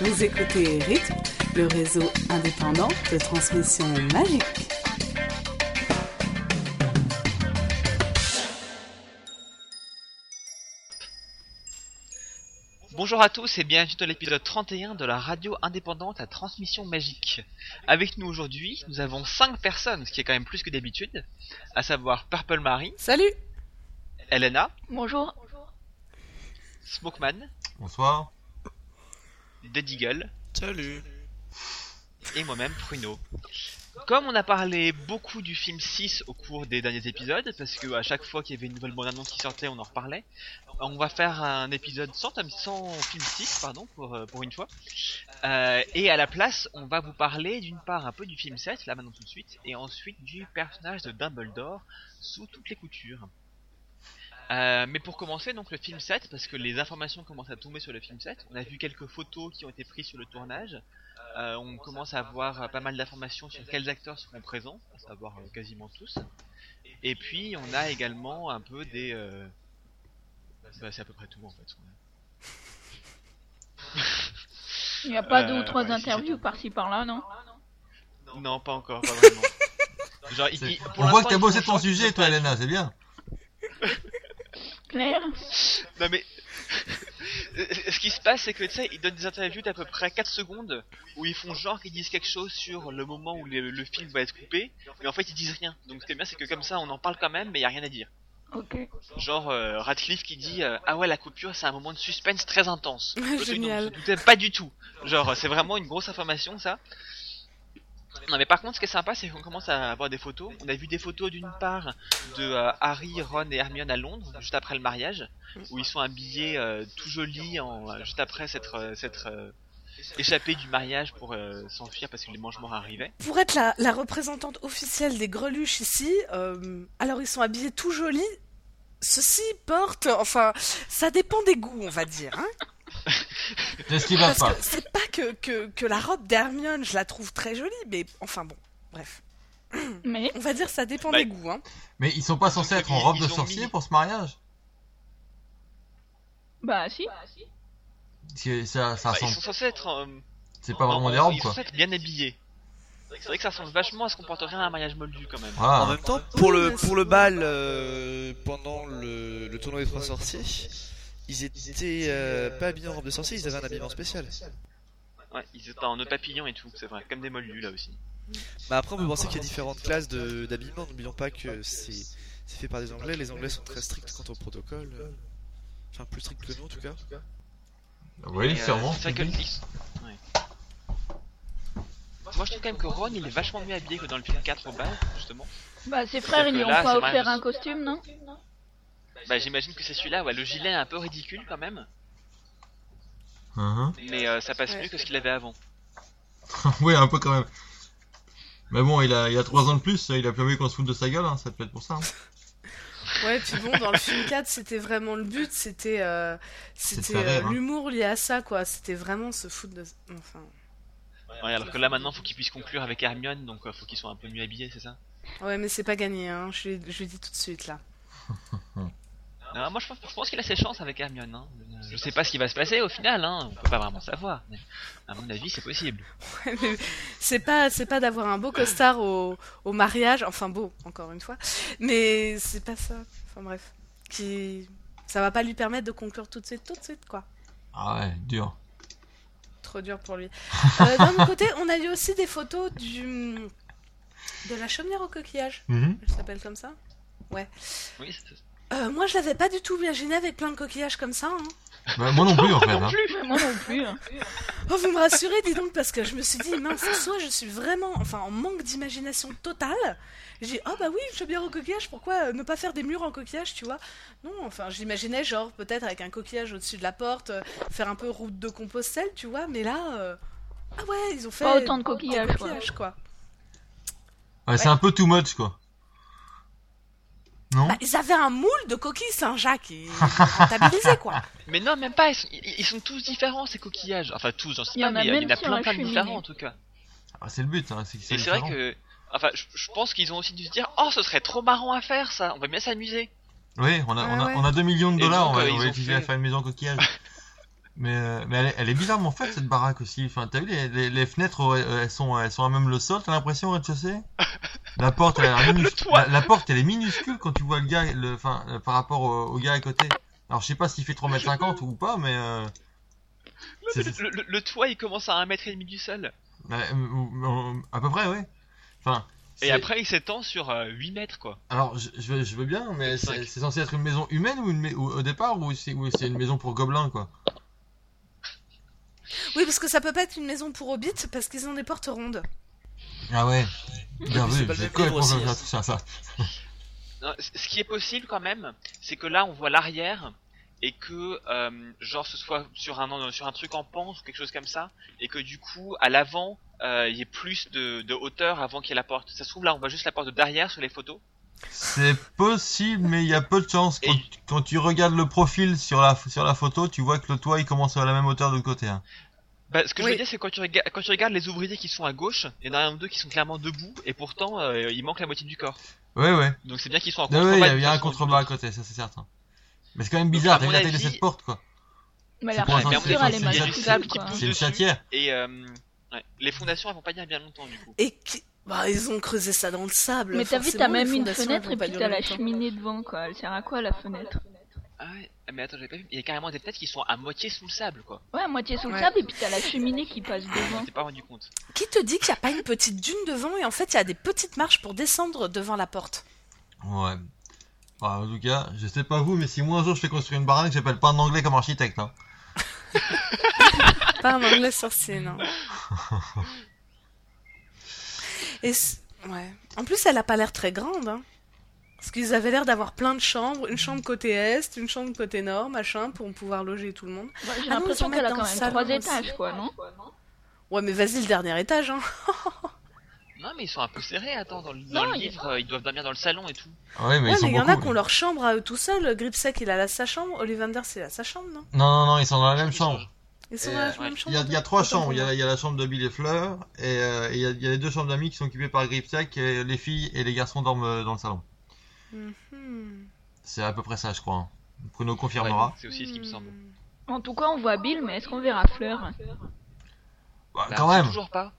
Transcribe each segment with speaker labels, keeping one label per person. Speaker 1: Vous écoutez Rythme, le réseau indépendant de transmission magique.
Speaker 2: Bonjour à tous et bienvenue dans l'épisode 31 de la radio indépendante à transmission magique. Avec nous aujourd'hui, nous avons 5 personnes, ce qui est quand même plus que d'habitude, à savoir Purple Marie,
Speaker 3: Salut
Speaker 2: Elena,
Speaker 4: Bonjour.
Speaker 2: Smokeman,
Speaker 5: Bonsoir.
Speaker 2: Dead Eagle
Speaker 6: Salut.
Speaker 2: et moi-même Pruno. Comme on a parlé beaucoup du film 6 au cours des derniers épisodes, parce que à chaque fois qu'il y avait une nouvelle bande-annonce qui sortait, on en reparlait, on va faire un épisode sans, tome- sans film 6, pardon, pour, euh, pour une fois. Euh, et à la place, on va vous parler d'une part un peu du film 7, là maintenant tout de suite, et ensuite du personnage de Dumbledore sous toutes les coutures. Euh, mais pour commencer, donc le film 7, parce que les informations commencent à tomber sur le film 7, on a vu quelques photos qui ont été prises sur le tournage, euh, on commence à avoir euh, pas mal d'informations sur quels acteurs seront présents, à savoir euh, quasiment tous. Et puis on a également un peu des. euh, bah, c'est à peu près tout en fait. ce qu'on a.
Speaker 4: Il n'y a pas
Speaker 2: Euh,
Speaker 4: deux ou trois
Speaker 2: ouais, si,
Speaker 4: interviews par-ci par-là, non
Speaker 2: Non, pas encore, pas vraiment. Genre, il-
Speaker 5: C'est-
Speaker 2: il- pour
Speaker 5: On voit
Speaker 2: l'instant,
Speaker 5: que t'as
Speaker 2: ils
Speaker 5: bossé
Speaker 2: sont
Speaker 5: ton
Speaker 2: chocs, ils
Speaker 5: sujet,
Speaker 2: sont
Speaker 5: toi,
Speaker 2: pas-
Speaker 5: Elena, c'est bien.
Speaker 4: Claire
Speaker 2: Non mais. Ce qui se passe, c'est que tu sais, ils donnent des interviews d'à peu près 4 secondes où ils font genre qu'ils disent quelque chose sur le moment où le, le film va être coupé, mais en fait ils disent rien. Donc ce qui est bien, c'est que comme ça on en parle quand même, mais il n'y a rien à dire.
Speaker 4: Ok.
Speaker 2: Genre euh, Radcliffe qui dit euh, Ah ouais, la coupure, c'est un moment de suspense très intense. Le truc dont on
Speaker 3: Génial.
Speaker 2: se doutait pas du tout. Genre, euh, c'est vraiment une grosse information, ça. Non, mais par contre, ce qui est sympa, c'est qu'on commence à avoir des photos. On a vu des photos d'une part de euh, Harry, Ron et Hermione à Londres, juste après le mariage, où ils sont habillés euh, tout jolis, en, euh, juste après s'être euh, s'être, euh, échappés du mariage pour euh, s'enfuir parce que les mange-morts arrivaient.
Speaker 3: Pour être la, la représentante officielle des greluches ici, euh, alors ils sont habillés tout jolis. Ceux-ci portent, enfin, ça dépend des goûts, on va dire. hein.
Speaker 5: C'est ce qui va
Speaker 3: Parce
Speaker 5: pas.
Speaker 3: que c'est pas que, que, que la robe d'Hermione, je la trouve très jolie, mais enfin bon, bref.
Speaker 4: Mais
Speaker 3: On va dire ça dépend
Speaker 2: Bah,
Speaker 3: des goûts. Hein.
Speaker 5: Mais ils sont pas censés
Speaker 2: Ils-
Speaker 5: être en
Speaker 2: ils
Speaker 5: robe de
Speaker 2: ont
Speaker 5: sorcier
Speaker 2: mis-
Speaker 5: pour ce mariage
Speaker 4: bah si.
Speaker 5: Parce que ça, ça
Speaker 2: Bah, ils
Speaker 5: ressemble.
Speaker 2: sont censés être. euh,
Speaker 5: C'est pas
Speaker 2: en-
Speaker 5: vraiment
Speaker 2: en-
Speaker 5: des robes,
Speaker 2: Ils sont
Speaker 5: quoi.
Speaker 2: censés être bien habillés. C'est vrai que ça ressemble vachement à ce qu'on porterait à un mariage moldu quand même.
Speaker 6: En
Speaker 5: Voilà.
Speaker 6: même temps, pour
Speaker 3: Oui,
Speaker 6: le,
Speaker 3: mais
Speaker 6: pour le bal euh, pendant le, le tournoi des trois sorciers, ils étaient euh, pas habillés en robe de sorcier, ils avaient un habillement spécial.
Speaker 2: Ouais, ils étaient en nœud papillon et tout, c'est vrai, comme des moldus là aussi.
Speaker 6: Bah après, on peut penser qu'il y a différentes classes de- d'habillement, n'oublions pas que c'est c'est fait par des anglais, les anglais sont très stricts quant au protocole. euh, Enfin, plus stricts que nous en tout cas.
Speaker 2: Et,
Speaker 5: Oui,
Speaker 2: euh,
Speaker 5: sûrement.
Speaker 2: c'est vrai que- ils- ouais. Moi je trouve quand même que Ron il est vachement mieux habillé que dans le film 4 au bal, justement.
Speaker 4: Bah ses frères,
Speaker 2: que
Speaker 4: ils lui ont
Speaker 2: là, c'est
Speaker 4: pas
Speaker 2: vrai.
Speaker 4: offert un costume, non
Speaker 2: Bah j'imagine que c'est celui-là, ouais, le gilet est un peu ridicule quand même,
Speaker 5: Mhm.
Speaker 2: mais euh, ça passe
Speaker 3: Ouais.
Speaker 2: mieux que ce qu'il avait avant.
Speaker 5: Oui, un peu quand même. Mais bon, il a, il a 3 ans de plus, il a plus envie qu'on se foute de sa gueule, hein, ça peut être pour ça. hein.
Speaker 3: Ouais, puis bon, dans le film 4, c'était vraiment le but, c'était euh,
Speaker 5: de
Speaker 3: c'était
Speaker 5: faire
Speaker 3: euh,
Speaker 5: rire, hein.
Speaker 3: l'humour lié à ça, quoi. C'était vraiment se foutre de. Enfin.
Speaker 2: Ouais, alors que là maintenant faut qu'il puisse conclure avec Hermione, donc euh, faut qu'ils soient un peu mieux habillés, c'est ça
Speaker 3: Ouais, mais c'est pas gagné, hein. je, l'ai- je le dis tout de suite là.
Speaker 2: Non, Moi je pense, je pense qu'il a ses chances avec Hermione. Hein. Je sais pas ce qui va se passer au final, hein. on peut pas vraiment savoir, mais à mon avis c'est possible.
Speaker 3: Mais c'est pas c'est pas d'avoir un beau costard au, au mariage, enfin beau encore une fois, mais c'est pas ça. Enfin bref, qui ça va pas lui permettre de conclure tout de suite, tout de suite quoi.
Speaker 5: Ah ouais, dur.
Speaker 3: Trop dur pour lui. Euh, D'un autre côté, on a eu aussi des photos du de la chaumière au coquillage.
Speaker 5: Mhm.
Speaker 3: Elle s'appelle comme ça.
Speaker 2: Oui, c'est-
Speaker 3: Euh, moi, je l'avais pas du tout imaginé avec plein de coquillages comme ça. hein.
Speaker 5: Bah, moi non plus, en fait. hein.
Speaker 4: Mais Moi non plus. hein.
Speaker 3: Oh, vous me rassurez, dis donc, parce que je me suis dit, mince, soit je suis vraiment enfin, en manque d'imagination totale. J'ai dit, oh bah oui, je veux bien en coquillage, pourquoi euh, ne pas faire des murs en coquillage, tu vois Non, enfin, j'imaginais, genre, peut-être avec un coquillage au-dessus de la porte, euh, faire un peu route de Compostelle, tu vois, mais là, euh, ah ouais, ils ont fait.
Speaker 4: Pas autant de
Speaker 3: en
Speaker 4: coquillages, quoi.
Speaker 3: coquillage, quoi.
Speaker 5: Ouais, c'est un peu too much, quoi. Non
Speaker 3: Bah, ils avaient un moule de coquilles Saint-Jacques, et ils l'ont rentabilisé, quoi.
Speaker 2: Mais non, même pas, ils sont, ils- ils sont tous différents ces coquillages. Enfin, tous, j'en sais
Speaker 4: Il y
Speaker 2: pas,
Speaker 4: en
Speaker 2: mais
Speaker 4: a
Speaker 2: il y
Speaker 4: même
Speaker 2: en a
Speaker 4: sur la
Speaker 2: plein, plein de
Speaker 4: cheminée.
Speaker 2: différents en tout cas.
Speaker 5: Ah, C'est le but, hein, c'est que
Speaker 2: Et
Speaker 5: c'est
Speaker 2: c'est vrai
Speaker 5: différent.
Speaker 2: que. Enfin, je, je pense qu'ils ont aussi dû se dire Oh, ce serait trop marrant à faire ça, on va bien s'amuser.
Speaker 5: Oui, on a, on,
Speaker 3: Ah
Speaker 5: a,
Speaker 3: ouais.
Speaker 5: on a 2 millions de
Speaker 2: Et
Speaker 5: dollars,
Speaker 2: donc,
Speaker 5: on va,
Speaker 2: euh,
Speaker 5: on
Speaker 2: ils
Speaker 5: va
Speaker 2: ont
Speaker 5: utiliser
Speaker 2: fait-
Speaker 5: à faire une maison en coquillage. Mais, euh, mais elle, est, elle est bizarrement faite cette baraque aussi. Enfin, t'as vu, les, les, les fenêtres, ouais, euh, elles sont, elles sont à même le sol, t'as l'impression au rez-de-chaussée La porte, elle a l'air minus-
Speaker 2: toit.
Speaker 5: la, la porte, elle est minuscule quand tu vois le gars, le, enfin, euh, par rapport au, au gars à côté. Alors, je sais pas s'il fait 3m50 ou pas, mais. euh,
Speaker 2: Le,
Speaker 5: c'est- c'est-
Speaker 2: le- le toit il commence à 1m30 du sol.
Speaker 5: euh, euh, à peu près, ouais. Enfin.
Speaker 2: Et
Speaker 5: c'est-
Speaker 2: après il s'étend sur euh, 8 mètres quoi.
Speaker 5: Alors, je, je veux- je veux bien, mais c'est
Speaker 2: Cinq.
Speaker 5: c'est censé être une maison humaine ou, une, mai- ou- au départ, ou c'est ou c'est une maison pour gobelins, quoi.
Speaker 3: Oui, parce que ça peut pas être une maison pour hobbits parce qu'ils ont des portes rondes.
Speaker 5: Ah ouais. Bien
Speaker 6: puis, c'est
Speaker 5: vu,
Speaker 6: pas le
Speaker 5: j'ai
Speaker 6: même
Speaker 5: complètement
Speaker 6: livre aussi,
Speaker 5: pas
Speaker 6: hein.
Speaker 5: touché à ça.
Speaker 2: Non, c- ce qui est possible quand même, c'est que là on voit l'arrière et que euh, genre ce soit sur un sur un truc en pente ou quelque chose comme ça et que du coup à l'avant euh, il y ait plus de, de hauteur avant qu'il y ait la porte. Ça se trouve là on voit juste la porte de derrière sur les photos.
Speaker 5: C'est possible, mais il y a peu de chance. Quand,
Speaker 2: Et-
Speaker 5: quand tu regardes le profil sur la, sur la photo, tu vois que le toit il commence à la même hauteur de côté. hein.
Speaker 2: Bah, ce que je
Speaker 3: Oui.
Speaker 2: veux dire c'est quand tu regardes quand tu regardes les ouvriers qui sont à gauche, il y en a un ou deux qui sont clairement debout et pourtant euh, il manque la moitié du corps.
Speaker 5: Ouais, ouais.
Speaker 2: Donc c'est bien qu'ils soient en
Speaker 5: Ouais, ouais, Il y a-
Speaker 2: de
Speaker 5: il y, a un
Speaker 2: façon ou d'une
Speaker 5: contrebas à
Speaker 2: autre.
Speaker 5: côté, ça c'est certain. Mais c'est quand même bizarre,
Speaker 2: Donc, à
Speaker 5: t'as vu
Speaker 2: mon
Speaker 5: la taille de
Speaker 2: avis-
Speaker 5: cette porte quoi.
Speaker 4: Mais
Speaker 5: C'est
Speaker 4: la
Speaker 5: pour un
Speaker 4: peinture,
Speaker 5: sens-
Speaker 4: elle est
Speaker 5: c'est
Speaker 4: mal
Speaker 5: juste-
Speaker 4: foutable,
Speaker 2: c'est-
Speaker 4: quoi.
Speaker 2: c'est-
Speaker 5: C'est une
Speaker 2: dessus.
Speaker 5: chatière.
Speaker 2: Et euh, ouais, les fondations elles vont pas tenir bien longtemps du coup.
Speaker 3: Et qui... bah, ils ont creusé ça dans le sable.
Speaker 4: Mais t'as vu, t'as
Speaker 3: forcément, les
Speaker 4: même une
Speaker 3: fondations,
Speaker 4: fenêtre
Speaker 3: elles
Speaker 4: et
Speaker 3: vont
Speaker 4: puis
Speaker 3: pas
Speaker 4: t'as la
Speaker 3: durer longtemps.
Speaker 4: cheminée devant, quoi. Elle sert à quoi, la fenêtre
Speaker 2: Ah ouais, mais attends, j'avais pas vu. Il y a carrément des têtes qui sont à moitié sous le sable, quoi.
Speaker 4: Ouais, à moitié sous le
Speaker 3: Ouais.
Speaker 4: sable et puis t'as la cheminée qui passe
Speaker 2: Je
Speaker 4: devant.
Speaker 2: m'en étais pas rendu compte.
Speaker 3: Qui te dit qu'il n'y a pas une petite dune devant et en fait il y a des petites marches pour descendre devant la porte
Speaker 5: Ouais. Bah, en tout cas, je sais pas vous, mais si moi un jour je fais construire une baraque, j'appelle pas un anglais comme architecte. Hein.
Speaker 3: Pas un anglais sorcier, non. hein. Et c- ouais. En plus, elle a pas l'air très grande. hein. Parce qu'ils avaient l'air d'avoir plein de chambres, une chambre côté est, une chambre côté nord, machin, pour pouvoir loger tout le monde.
Speaker 4: Ouais, J'ai
Speaker 3: Ah non, ils
Speaker 4: l'impression
Speaker 3: en
Speaker 4: qu'elle a
Speaker 3: mettent
Speaker 4: quand
Speaker 3: dans
Speaker 4: même
Speaker 3: le
Speaker 4: trois
Speaker 3: salon
Speaker 4: étages, quoi, non
Speaker 3: Ouais, mais vas-y, le dernier étage, hein.
Speaker 2: Non, mais ils sont un peu serrés, attends, dans le, dans
Speaker 4: Non,
Speaker 2: le
Speaker 4: il y a-
Speaker 2: livre, euh, ils doivent dormir dans le salon et tout.
Speaker 5: Ah Ouais, mais
Speaker 3: ouais,
Speaker 5: ils sont
Speaker 3: mais il y en
Speaker 5: beaucoup.
Speaker 3: a qui ont leur chambre à eux tout seuls. Gripsack, il a la sa chambre. Ollivander, c'est la sa chambre, non
Speaker 5: Non, non, non, ils sont dans la
Speaker 2: Ils
Speaker 5: même
Speaker 2: sont-
Speaker 5: chambre.
Speaker 3: Ils sont
Speaker 5: Et,
Speaker 3: dans la
Speaker 5: euh,
Speaker 3: même
Speaker 5: Il
Speaker 3: chambre.
Speaker 5: y a, il y a trois
Speaker 3: Autant
Speaker 5: chambres.
Speaker 3: pour
Speaker 5: Il y,
Speaker 3: moi.
Speaker 5: a, il y a la chambre de Bill et Fleur, et euh, et il y, a, il y a les deux chambres d'amis qui sont occupées par Gripsack, et les filles et les garçons dorment euh, dans le salon.
Speaker 3: Mhm.
Speaker 5: C'est à peu près ça, je crois. hein. Bruno
Speaker 2: Ouais,
Speaker 5: confirmera.
Speaker 2: c'est aussi ce qui me semble.
Speaker 5: Mmh.
Speaker 3: Mm-hmm.
Speaker 4: En tout cas, on voit Bill, mais est-ce qu'on verra Fleur
Speaker 5: Bah,
Speaker 2: Bah,
Speaker 5: quand
Speaker 2: on sait
Speaker 5: même.
Speaker 2: Toujours pas.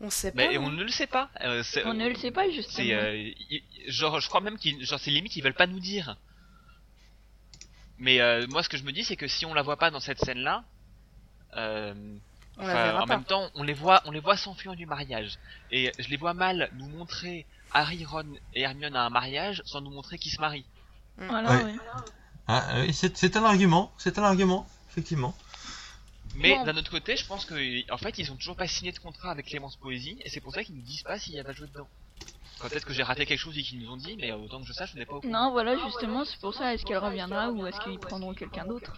Speaker 3: On sait pas.
Speaker 2: Mais et
Speaker 3: hein.
Speaker 2: on ne le sait pas. Euh, c'est-
Speaker 4: Ah On ne le sait pas, justement.
Speaker 2: C'est, euh, il- il- genre, je crois même qu'ils, genre, c'est limite, ils veulent pas nous dire. Mais euh, moi, ce que je me dis, c'est que si on la voit pas dans cette scène-là, euh,
Speaker 3: On la
Speaker 2: enfin,
Speaker 3: verra
Speaker 2: en
Speaker 3: pas.
Speaker 2: même temps, on les voit, on les voit s'enfuir du mariage. Et je les vois mal nous montrer Harry, Ron et Hermione à un mariage sans nous montrer qu'ils se marient.
Speaker 4: Voilà,
Speaker 5: Ouais.
Speaker 4: ouais.
Speaker 5: Ah, euh, c'est c'est un argument, c'est un argument, effectivement.
Speaker 2: Mais
Speaker 4: Non.
Speaker 2: d'un autre côté, je pense que en fait, ils ont toujours pas signé de contrat avec Clémence Poésie, et c'est pour ça qu'ils nous disent pas s'il y a va jouer dedans. Enfin, Peut-être que j'ai raté quelque chose et qu'ils nous ont dit, mais euh, autant que je sache, je n'ai pas au courant.
Speaker 4: Non, voilà, justement, c'est pour ça, est-ce qu'elle reviendra ou est-ce qu'ils prendront quelqu'un d'autre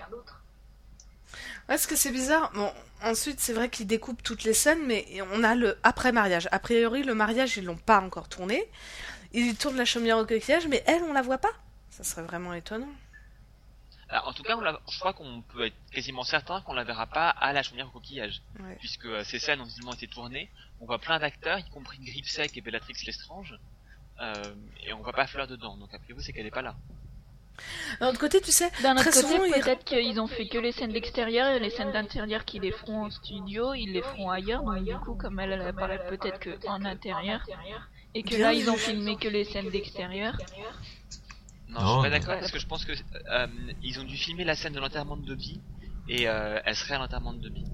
Speaker 3: Ouais, ce que c'est bizarre. Bon, ensuite, c'est vrai qu'ils découpent toutes les scènes, mais on a le après-mariage. A priori, le mariage, ils l'ont pas encore tourné. Ils tournent la chaumière au coquillage, mais elle, on la voit pas. Ça serait vraiment étonnant.
Speaker 2: Alors, en tout cas, on la- je crois qu'on peut être quasiment certain qu'on la verra pas à la chaumière au coquillage,
Speaker 3: Ouais.
Speaker 2: puisque euh, ces scènes ont visiblement été tournées. On voit plein d'acteurs, y compris Gripsec et Bellatrix Lestrange, euh, et on voit pas Fleur dedans. Donc a priori, c'est qu'elle est pas là.
Speaker 3: D'un autre côté, tu sais,
Speaker 4: D'un autre
Speaker 3: Très
Speaker 4: côté,
Speaker 3: souvent, ils-
Speaker 4: peut-être qu'ils ont fait que les scènes d'extérieur et les scènes d'intérieur qu'ils les feront en studio, ils les feront ailleurs. Donc du coup, comme elle, elle apparaît peut-être que en intérieur et que
Speaker 3: Bien
Speaker 4: là
Speaker 3: vu.
Speaker 4: ils ont filmé que les scènes d'extérieur.
Speaker 2: Non,
Speaker 5: Non,
Speaker 2: je suis pas
Speaker 5: mais-
Speaker 2: d'accord parce que je pense que euh, ils ont dû filmer la scène de l'enterrement de Dobby et euh, elle serait à l'enterrement de Dobby.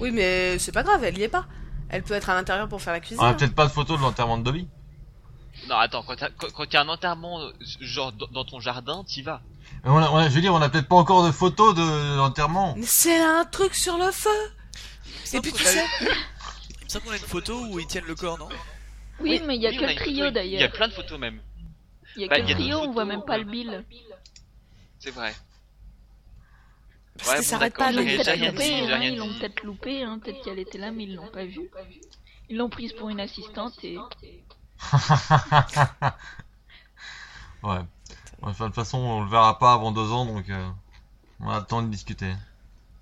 Speaker 3: oui, mais c'est pas grave, elle y est pas. Elle peut être à l'intérieur pour faire la cuisine.
Speaker 5: On a Ah, peut-être pas de photo de l'enterrement de Dobby.
Speaker 2: Non, attends, quand t'as- quand- quand il y a un enterrement, euh, genre dans dans ton jardin, t'y vas.
Speaker 5: Mais on a- on a- je veux dire, on a peut-être pas encore de photo de, de l'enterrement.
Speaker 3: Mais c'est un truc sur le feu.
Speaker 6: Il me
Speaker 3: Et
Speaker 6: semble
Speaker 3: puis
Speaker 6: qu'on
Speaker 3: tu
Speaker 6: a-
Speaker 3: sais,
Speaker 6: Il me semble qu'on a une photo où ils tiennent le corps, non
Speaker 4: Oui, mais il y a
Speaker 2: Oui,
Speaker 4: que
Speaker 2: on
Speaker 4: le
Speaker 2: une
Speaker 4: trio
Speaker 2: photo, Il y a
Speaker 4: d'ailleurs.
Speaker 2: plein de photos même,
Speaker 4: Il y a
Speaker 2: Bah,
Speaker 4: que
Speaker 2: il
Speaker 4: le
Speaker 2: y a des
Speaker 4: trio, on voit
Speaker 2: photos,
Speaker 4: même pas
Speaker 2: ouais.
Speaker 4: le Bill.
Speaker 2: c'est vrai.
Speaker 3: parce qu'ils
Speaker 2: bon,
Speaker 3: s'arrêtent
Speaker 2: d'accord,
Speaker 3: pas.
Speaker 4: Ils l'ont
Speaker 2: j'ai-
Speaker 3: les
Speaker 2: j'ai
Speaker 4: Ah,
Speaker 2: rien
Speaker 4: peut-être
Speaker 3: gens.
Speaker 2: dit,
Speaker 4: loupé,
Speaker 2: j'ai
Speaker 4: hein,
Speaker 2: rien
Speaker 4: ils l'ont
Speaker 2: dit.
Speaker 4: peut-être loupé, hein, peut-être qu'elle était là, mais ils l'ont pas vue. Ils l'ont prise pour une assistante et
Speaker 5: ouais. Enfin, de toute façon, on le verra pas avant deux ans, donc euh, on a le temps de discuter.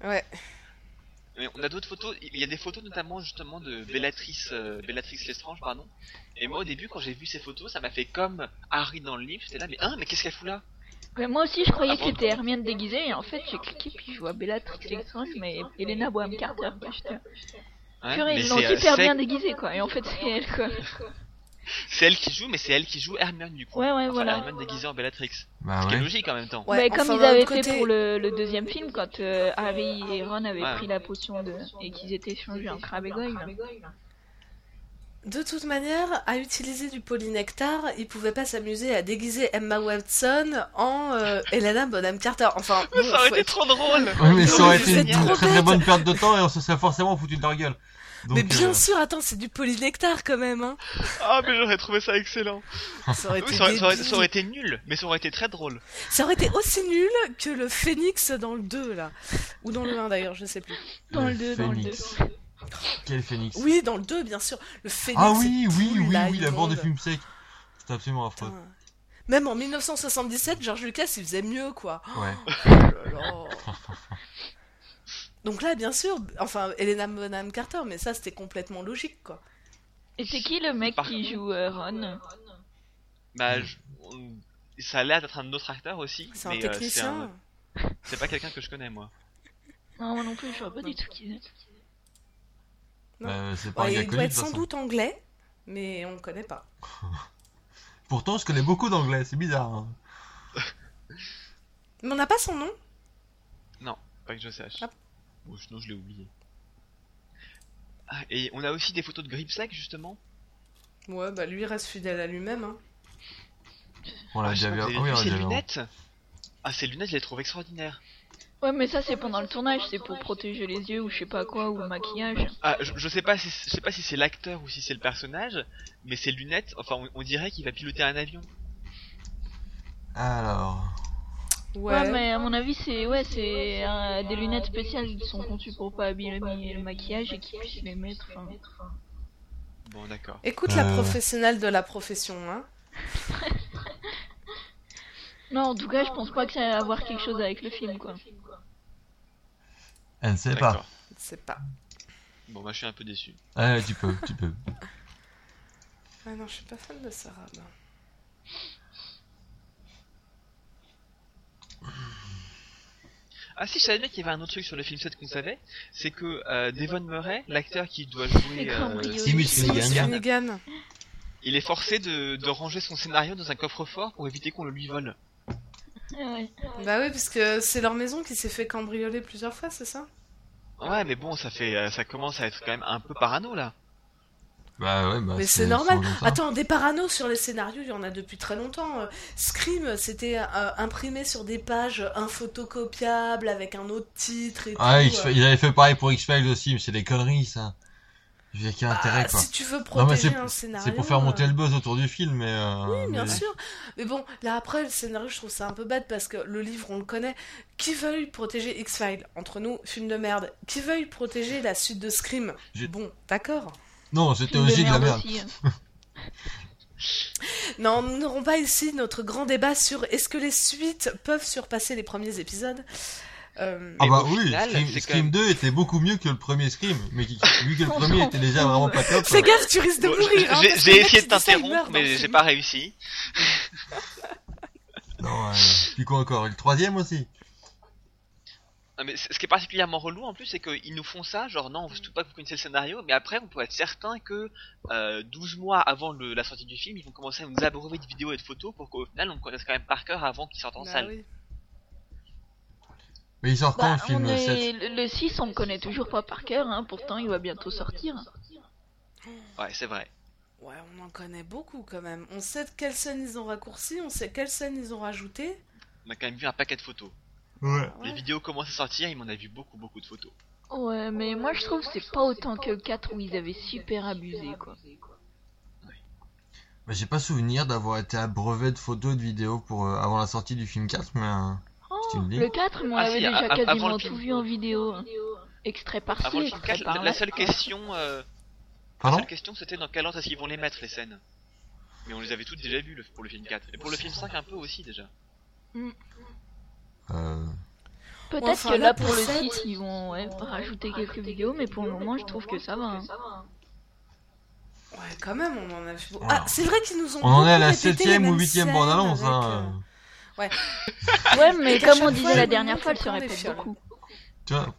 Speaker 3: Ouais.
Speaker 2: Mais on a d'autres photos. Il y a des photos notamment justement de Bellatrice, euh, Bellatrix Lestrange, pardon. Et moi au début quand j'ai vu ces photos, ça m'a fait comme Harry dans le livre. J'étais là, mais hein, mais qu'est-ce qu'elle fout là
Speaker 4: Mais moi aussi, je croyais que
Speaker 2: Ah bon
Speaker 4: c'était Hermione déguisée, et en fait, j'ai cliqué, puis je vois Bellatrix Lestrange, mais Elena Boham Carter, quoi, j'étais là.
Speaker 2: Hein,
Speaker 4: Purée,
Speaker 2: mais
Speaker 4: ils l'ont
Speaker 2: c'est, euh,
Speaker 4: super
Speaker 2: c'est-
Speaker 4: bien déguisée, quoi, et en fait, c'est elle, quoi.
Speaker 2: C'est elle qui joue, mais c'est elle qui joue Hermione du coup.
Speaker 4: Ouais, ouais,
Speaker 2: Enfin,
Speaker 4: voilà.
Speaker 2: Hermione déguisée en Bellatrix.
Speaker 5: Bah
Speaker 2: Ce qui est
Speaker 5: ouais.
Speaker 2: logique en même temps.
Speaker 4: Bah,
Speaker 3: Ouais,
Speaker 4: comme
Speaker 3: enfin,
Speaker 4: ils
Speaker 3: d'un
Speaker 4: avaient
Speaker 3: autre
Speaker 4: fait
Speaker 3: côté-
Speaker 4: pour le, le deuxième film, quand euh, Harry et Ron avaient
Speaker 2: Ouais.
Speaker 4: pris la potion de... et qu'ils étaient échangés en crabe et goyle.
Speaker 3: De toute manière, à utiliser du polynectar, ils pouvaient pas s'amuser à déguiser Emma Watson en euh, Helena Bonham Carter. Enfin,
Speaker 2: Mais
Speaker 3: bon,
Speaker 2: ça aurait
Speaker 3: faut
Speaker 2: été
Speaker 3: être-
Speaker 2: trop drôle
Speaker 5: Ouais, mais ça aurait
Speaker 3: Vous
Speaker 5: été
Speaker 3: êtes
Speaker 5: une
Speaker 3: trop
Speaker 5: très très
Speaker 3: bêtes.
Speaker 5: bonne perte de temps et on se serait forcément foutu de leur gueule. Donc,
Speaker 3: Mais bien
Speaker 5: euh,
Speaker 3: sûr, attends, c'est du polynectar quand même, hein.
Speaker 2: Ah, mais j'aurais trouvé ça excellent
Speaker 3: Ça aurait,
Speaker 2: Oui,
Speaker 3: été
Speaker 2: ça aurait, ça aurait-
Speaker 3: débile.
Speaker 2: ça aurait été nul, mais ça aurait été très drôle.
Speaker 3: Ça aurait été aussi nul que le phénix dans le 2, là. Ou dans le 1, d'ailleurs, je sais plus.
Speaker 4: Dans le
Speaker 5: Le
Speaker 4: 2, dans le 2.
Speaker 5: phénix. Quel phénix.
Speaker 3: Oui, dans le 2, bien sûr. Le phénix.
Speaker 5: ah oui, oui,
Speaker 3: tout
Speaker 5: oui,
Speaker 3: là,
Speaker 5: oui, la bande
Speaker 3: immonde.
Speaker 5: de fume sec. C'était absolument affreux.
Speaker 3: Putain. Même en 1977, George Lucas, il faisait mieux, quoi.
Speaker 5: Ouais.
Speaker 3: Oh là là. Donc là, bien sûr, enfin, Elena Bonham Carter, mais ça, c'était complètement logique, quoi.
Speaker 4: Et c'est qui le mec
Speaker 2: Par
Speaker 4: qui joue euh, Ron
Speaker 5: Hmm.
Speaker 2: Bah, je- on- ça a l'air d'être un autre acteur aussi.
Speaker 3: C'est un
Speaker 2: mais, euh,
Speaker 3: technicien.
Speaker 2: un- c'est pas quelqu'un que je connais moi.
Speaker 4: Non, moi non plus, je vois pas du tout qui c'est.
Speaker 3: Non.
Speaker 5: Euh, c'est pas
Speaker 3: Ouais,
Speaker 5: un gars
Speaker 3: il doit
Speaker 5: connu de
Speaker 3: être
Speaker 5: toute
Speaker 3: sans
Speaker 5: façon.
Speaker 3: doute anglais, mais on ne connaît pas.
Speaker 5: Pourtant, je connais beaucoup d'anglais, c'est bizarre. hein.
Speaker 3: Mais on n'a pas son nom.
Speaker 2: Pas que je sache.
Speaker 3: Ah.
Speaker 2: Ou sinon je l'ai oublié. Ah, et on a aussi des photos de Gripsack justement.
Speaker 3: Ouais, bah lui reste fidèle à lui-même. Hein.
Speaker 5: On l'a
Speaker 2: Ah, je sais
Speaker 5: déjà vu.
Speaker 2: pas, vous avez vu
Speaker 5: Ah oui, on l'a
Speaker 2: ses
Speaker 5: déjà vu.
Speaker 2: lunettes Ah, ces lunettes, je les trouve extraordinaires.
Speaker 4: Ouais, mais ça, c'est pendant le tournage, c'est pour protéger les yeux ou je sais pas quoi, ou le maquillage.
Speaker 2: Ah, je, je sais pas si, je sais pas si c'est l'acteur ou si c'est le personnage, mais ces lunettes, enfin, on, on dirait qu'il va piloter un avion.
Speaker 5: Alors.
Speaker 4: Ouais, mais à mon avis, c'est ouais, c'est euh, des lunettes spéciales qui sont conçues pour pas abîmer le maquillage et qui puissent les mettre. hein. enfin.
Speaker 2: Bon, d'accord.
Speaker 3: Écoute la
Speaker 5: Euh.
Speaker 3: professionnelle de la profession. Hein.
Speaker 4: Non, en tout cas, je pense pas que ça ait à voir quelque chose avec le film, quoi.
Speaker 5: Elle ne sait pas.
Speaker 2: D'accord.
Speaker 3: C'est pas.
Speaker 2: Bon, moi je suis un peu déçu.
Speaker 5: Ah, tu peux, tu peux.
Speaker 3: Ah non, je suis pas fan de Sarah. ben.
Speaker 2: Ah, si, je savais bien qu'il y avait un autre truc sur le film 7 qu'on savait, c'est que euh, Devon Murray, l'acteur qui doit jouer. euh,
Speaker 4: C'est cambriolé.
Speaker 5: Simus Finnegan.
Speaker 3: Simus Finnegan.
Speaker 2: Il est forcé de, de ranger son scénario dans un coffre-fort pour éviter qu'on le lui vole.
Speaker 4: Ah ouais.
Speaker 3: Bah oui, parce que c'est leur maison qui s'est fait cambrioler plusieurs fois, c'est ça
Speaker 2: Ouais, mais bon, ça fait, euh, ça commence à être quand même un peu parano là.
Speaker 5: Bah ouais, bah.
Speaker 3: Mais c'est normal.
Speaker 5: comme ça.
Speaker 3: Attends, des paranos sur les scénarios, il y en a depuis très longtemps. Euh, Scream, c'était euh, imprimé sur des pages infotocopiables avec un autre titre et
Speaker 5: Ah,
Speaker 3: tout.
Speaker 5: X-
Speaker 3: euh.
Speaker 5: il avait fait pareil pour X-Files aussi, mais c'est des conneries ça. Je veux dire, quel
Speaker 3: Bah,
Speaker 5: intérêt quoi.
Speaker 3: si tu veux
Speaker 5: mais
Speaker 3: protéger
Speaker 5: c'est-
Speaker 3: un scénario.
Speaker 5: C'est pour faire monter
Speaker 3: euh,
Speaker 5: le buzz autour du film, mais. euh,
Speaker 3: Oui, bien
Speaker 5: mais-
Speaker 3: sûr. Mais bon, là après, le scénario, je trouve ça un peu bête parce que le livre, on le connaît. Qui veuille protéger X-Files Entre nous, film de merde. Qui veuille protéger la suite de Scream
Speaker 5: J'ai-
Speaker 3: Bon, d'accord.
Speaker 5: Non, c'était
Speaker 4: Film de
Speaker 5: aussi de la merde.
Speaker 4: aussi, hein.
Speaker 3: Non, nous n'aurons pas ici notre grand débat sur est-ce que les suites peuvent surpasser les premiers épisodes. Euh,
Speaker 5: Ah
Speaker 2: Mais
Speaker 5: bah
Speaker 2: au
Speaker 5: oui,
Speaker 2: final,
Speaker 5: Scream,
Speaker 2: c'est quand
Speaker 5: Scream
Speaker 2: même-
Speaker 5: 2 était beaucoup mieux que le premier Scream, mais qui- vu que le
Speaker 4: On
Speaker 5: premier
Speaker 4: s'en
Speaker 5: était déjà
Speaker 4: fout.
Speaker 5: vraiment pas top.
Speaker 3: Fais gaffe, tu risques de
Speaker 2: Bon,
Speaker 3: mourir. hein,
Speaker 2: j'ai-
Speaker 3: parce que
Speaker 2: j'ai
Speaker 3: le mec,
Speaker 2: essayé
Speaker 3: il
Speaker 2: de
Speaker 3: dit ça, il meurt
Speaker 2: t'interrompre,
Speaker 3: dans le
Speaker 2: mais j'ai
Speaker 3: film.
Speaker 2: pas réussi.
Speaker 5: Non, euh, puis quoi encore Et Le troisième aussi
Speaker 2: Ah, Mais c- ce qui est particulièrement relou en plus, c'est qu'ils nous font ça, genre non, on veut tout pas que vous connaissiez le scénario, mais après, on peut être certain que euh, 12 mois avant le- la sortie du film, ils vont commencer à nous abreuver de vidéos et de photos pour qu'au final, on le connaisse quand même par cœur avant qu'il sorte en
Speaker 3: Bah
Speaker 2: salle.
Speaker 3: oui.
Speaker 5: Mais il sort quand
Speaker 4: Bah,
Speaker 5: le film
Speaker 4: on est-
Speaker 5: 7
Speaker 4: le, le 6, on le connaît toujours pas par cœur, hein, pourtant il va bientôt sortir.
Speaker 2: Ouais, c'est vrai.
Speaker 3: Ouais, on en connaît beaucoup quand même. On sait de quelles scènes ils ont raccourci, on sait quelles scènes ils ont rajouté.
Speaker 2: On a quand même vu un paquet de photos.
Speaker 5: Ouais.
Speaker 2: Les vidéos commencent à sortir, il m'en a vu beaucoup, beaucoup de photos.
Speaker 4: Ouais, mais moi je trouve que c'est pas autant que le 4 où ils avaient super abusé, quoi.
Speaker 5: Mais Bah, j'ai pas souvenir d'avoir été abreuvé de photos et de vidéos pour, euh, avant la sortie du film 4, mais. euh, si tu me dis.
Speaker 4: Le 4, mais on
Speaker 2: Ah
Speaker 4: avait
Speaker 2: si,
Speaker 4: déjà
Speaker 2: a- a- avant
Speaker 4: quasiment
Speaker 2: le
Speaker 4: tout
Speaker 2: film.
Speaker 4: vu en vidéo. hein. Extrait
Speaker 2: Avant
Speaker 4: par-ci,
Speaker 2: le film
Speaker 4: extrait
Speaker 2: 4, la,
Speaker 4: par-là.
Speaker 2: la seule question, euh, la
Speaker 5: Pardon
Speaker 2: seule question c'était dans quel ordre est-ce qu'ils vont les mettre les scènes. Mais on les avait toutes déjà vues le- pour le film 4. Et pour le film 5 un peu aussi déjà.
Speaker 5: euh...
Speaker 4: Peut-être
Speaker 3: Ouais, enfin,
Speaker 4: que
Speaker 3: là,
Speaker 4: là,
Speaker 3: pour
Speaker 4: pour le
Speaker 3: sept,
Speaker 4: 6, ils vont ouais, rajouter quelques vidéos, mais pour le moment, je trouve que ça va. hein.
Speaker 3: Ouais, quand même, on en a vu beaucoup.
Speaker 5: Voilà.
Speaker 3: Ah, c'est vrai qu'ils nous ont
Speaker 5: On en est à
Speaker 3: beaucoup
Speaker 5: la
Speaker 3: répété les
Speaker 5: 7ème ou
Speaker 3: mêmes
Speaker 5: 8ème
Speaker 3: scènes
Speaker 5: bande annonce,
Speaker 3: avec,
Speaker 5: hein.
Speaker 3: euh,
Speaker 4: Ouais, mais
Speaker 3: Et qu'à
Speaker 4: comme on
Speaker 3: chaque fois,
Speaker 4: disait la
Speaker 3: elle
Speaker 4: dernière
Speaker 3: monte
Speaker 4: fois, elle
Speaker 3: encore
Speaker 4: se
Speaker 3: les
Speaker 4: répète
Speaker 3: fioles.
Speaker 4: beaucoup.
Speaker 5: Tu vois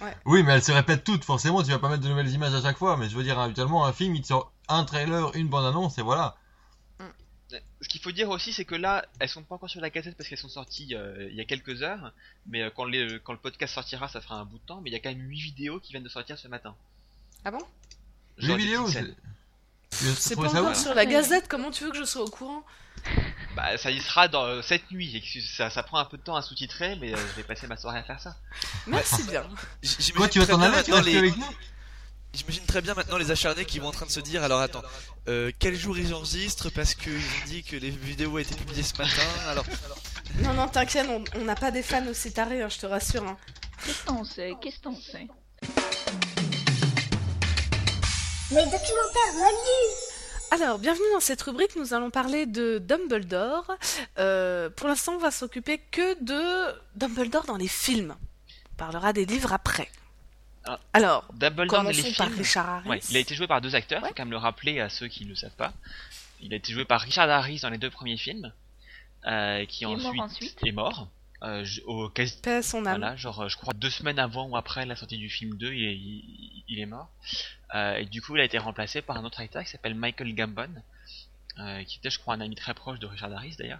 Speaker 3: Ouais.
Speaker 5: Oui, mais elles se répètent toutes, forcément, tu vas pas mettre de nouvelles images à chaque fois, mais je veux dire, habituellement, un film, il te sort un trailer, une bande-annonce, et voilà.
Speaker 2: Ce qu'il faut dire aussi, c'est que là, elles sont pas encore sur la cassette parce qu'elles sont sorties euh, il y a quelques heures. Mais euh, quand, les- quand le podcast sortira, ça fera un bout de temps. Mais il y a quand même 8 vidéos qui viennent de sortir ce matin.
Speaker 3: Ah bon
Speaker 5: Les
Speaker 2: Genre des
Speaker 5: vidéos,
Speaker 2: pixels.
Speaker 5: tu as
Speaker 3: C'est pas
Speaker 5: trouvé ça
Speaker 3: encore
Speaker 5: ouf
Speaker 3: sur la gazette, comment tu veux que je sois au courant
Speaker 2: Bah, ça y sera dans euh, cette nuit. Excuse- Ça, ça prend un peu de temps à sous-titrer, mais euh, je vais passer ma soirée à faire ça.
Speaker 3: Merci bien.
Speaker 6: J- j'imagine
Speaker 5: Quoi, tu vas
Speaker 6: très
Speaker 5: t'en
Speaker 6: bien
Speaker 5: aller, tu
Speaker 6: maintenant
Speaker 5: restes
Speaker 6: les-
Speaker 5: avec nous
Speaker 6: J'imagine très bien maintenant les acharnés qui vont en train de se dire alors attends, euh, quel jour ils enregistrent parce qu'ils ont dit que les vidéos ont été publiées ce matin alors.
Speaker 3: Non, non, t'inquiète, on on n'a pas des fans aussi tarés, hein, je te rassure. hein.
Speaker 4: Qu'est-ce qu'on sait Qu'est-ce qu'on sait
Speaker 7: Les documentaires reliés
Speaker 3: Alors, bienvenue dans cette rubrique, nous allons parler de Dumbledore. Euh, pour l'instant, on va s'occuper que de Dumbledore dans les films. On parlera des livres après.
Speaker 2: Ah.
Speaker 3: Alors,
Speaker 2: Dumbledore dans les
Speaker 3: commençons par
Speaker 2: films.
Speaker 3: Richard Harris.
Speaker 2: Ouais, il a été joué par deux acteurs,
Speaker 3: Ouais.
Speaker 2: faut quand même le rappeler à ceux qui ne le savent pas. Il a été joué par Richard Harris dans les deux premiers films, euh, qui
Speaker 4: est mort
Speaker 2: ensuite,
Speaker 4: ensuite.
Speaker 2: est mort. Euh, je- au quasi-
Speaker 3: Paix à son âme.
Speaker 2: voilà, genre euh, je crois deux semaines avant ou après la sortie du film 2, il est, il, il est mort. Euh, et du coup, il a été remplacé par un autre acteur qui s'appelle Michael Gambon, euh, qui était, je crois, un ami très proche de Richard Harris d'ailleurs,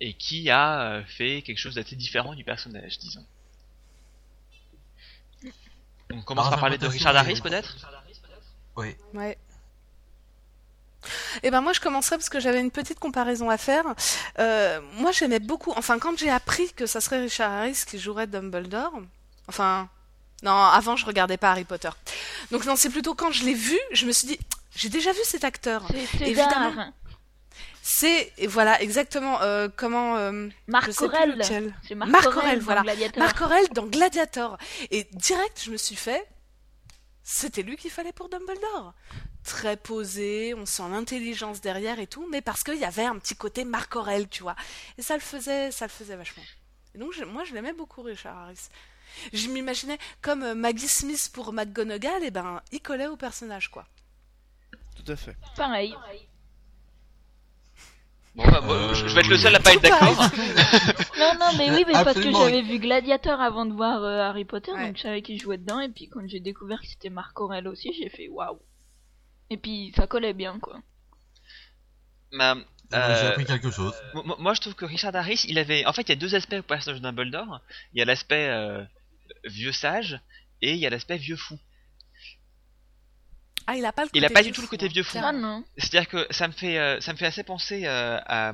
Speaker 2: et qui a euh, fait quelque chose d'assez différent du personnage, disons. On commence
Speaker 5: Par
Speaker 2: par parler de
Speaker 5: interprétation,
Speaker 2: Richard Harris
Speaker 5: oui.
Speaker 2: peut-être
Speaker 5: Oui.
Speaker 3: Ouais. Eh ben moi je commencerai parce que j'avais une petite comparaison à faire. Euh, moi j'aimais beaucoup, enfin quand j'ai appris que ça serait Richard Harris qui jouerait Dumbledore, enfin non avant je regardais pas Harry Potter. Donc non c'est plutôt quand je l'ai vu, je me suis dit j'ai déjà vu cet acteur.
Speaker 4: C'est
Speaker 3: Évidemment.
Speaker 4: César
Speaker 3: C'est et voilà exactement euh, comment euh, je
Speaker 4: Marc
Speaker 3: sais plus
Speaker 4: Aurel
Speaker 3: lequel.
Speaker 4: C'est
Speaker 3: Marc
Speaker 4: Marc
Speaker 3: Aurèle,
Speaker 4: Aurel,
Speaker 3: voilà.
Speaker 4: voilà. Gladiateur.
Speaker 3: Marc Aurel dans Gladiator. Et direct, je me suis fait. C'était lui qu'il fallait pour Dumbledore. Très posé, on sent l'intelligence derrière et tout, mais parce qu'il y avait un petit côté Marc Aurel, tu vois. Et ça le faisait, ça le faisait vachement. Et donc je- moi, je l'aimais beaucoup, Richard Harris. Je m'imaginais comme euh, Maggie Smith pour McGonagall, et ben, il collait au personnage, quoi.
Speaker 6: Tout à fait.
Speaker 4: Pareil.
Speaker 2: Bon, bah, moi,
Speaker 5: Euh,
Speaker 2: je je vais être le
Speaker 5: oui.
Speaker 2: seul à pas être d'accord.
Speaker 4: Non, non, mais oui, mais parce que
Speaker 5: Absolument.
Speaker 4: j'avais vu Gladiator avant de voir euh, Harry Potter,
Speaker 3: Ouais.
Speaker 4: donc je savais qu'il jouait dedans. Et puis quand j'ai découvert que c'était Marc Aurel aussi, j'ai fait waouh. Et puis ça collait bien, quoi.
Speaker 2: Bah,
Speaker 5: J'ai
Speaker 2: euh,
Speaker 5: appris quelque chose.
Speaker 2: Moi- Moi, moi, je trouve que Richard Harris, il avait. En fait, il y a deux aspects au personnage de Dumbledore. Il y a l'aspect euh, vieux sage et il y a l'aspect vieux fou.
Speaker 3: Ah, il a pas le côté
Speaker 2: Il a pas
Speaker 3: vieux
Speaker 2: du tout le
Speaker 3: fou,
Speaker 2: côté
Speaker 3: hein.
Speaker 2: vieux fou.
Speaker 4: Ah non.
Speaker 2: C'est-à-dire que ça me fait, euh, ça me fait assez penser euh, à,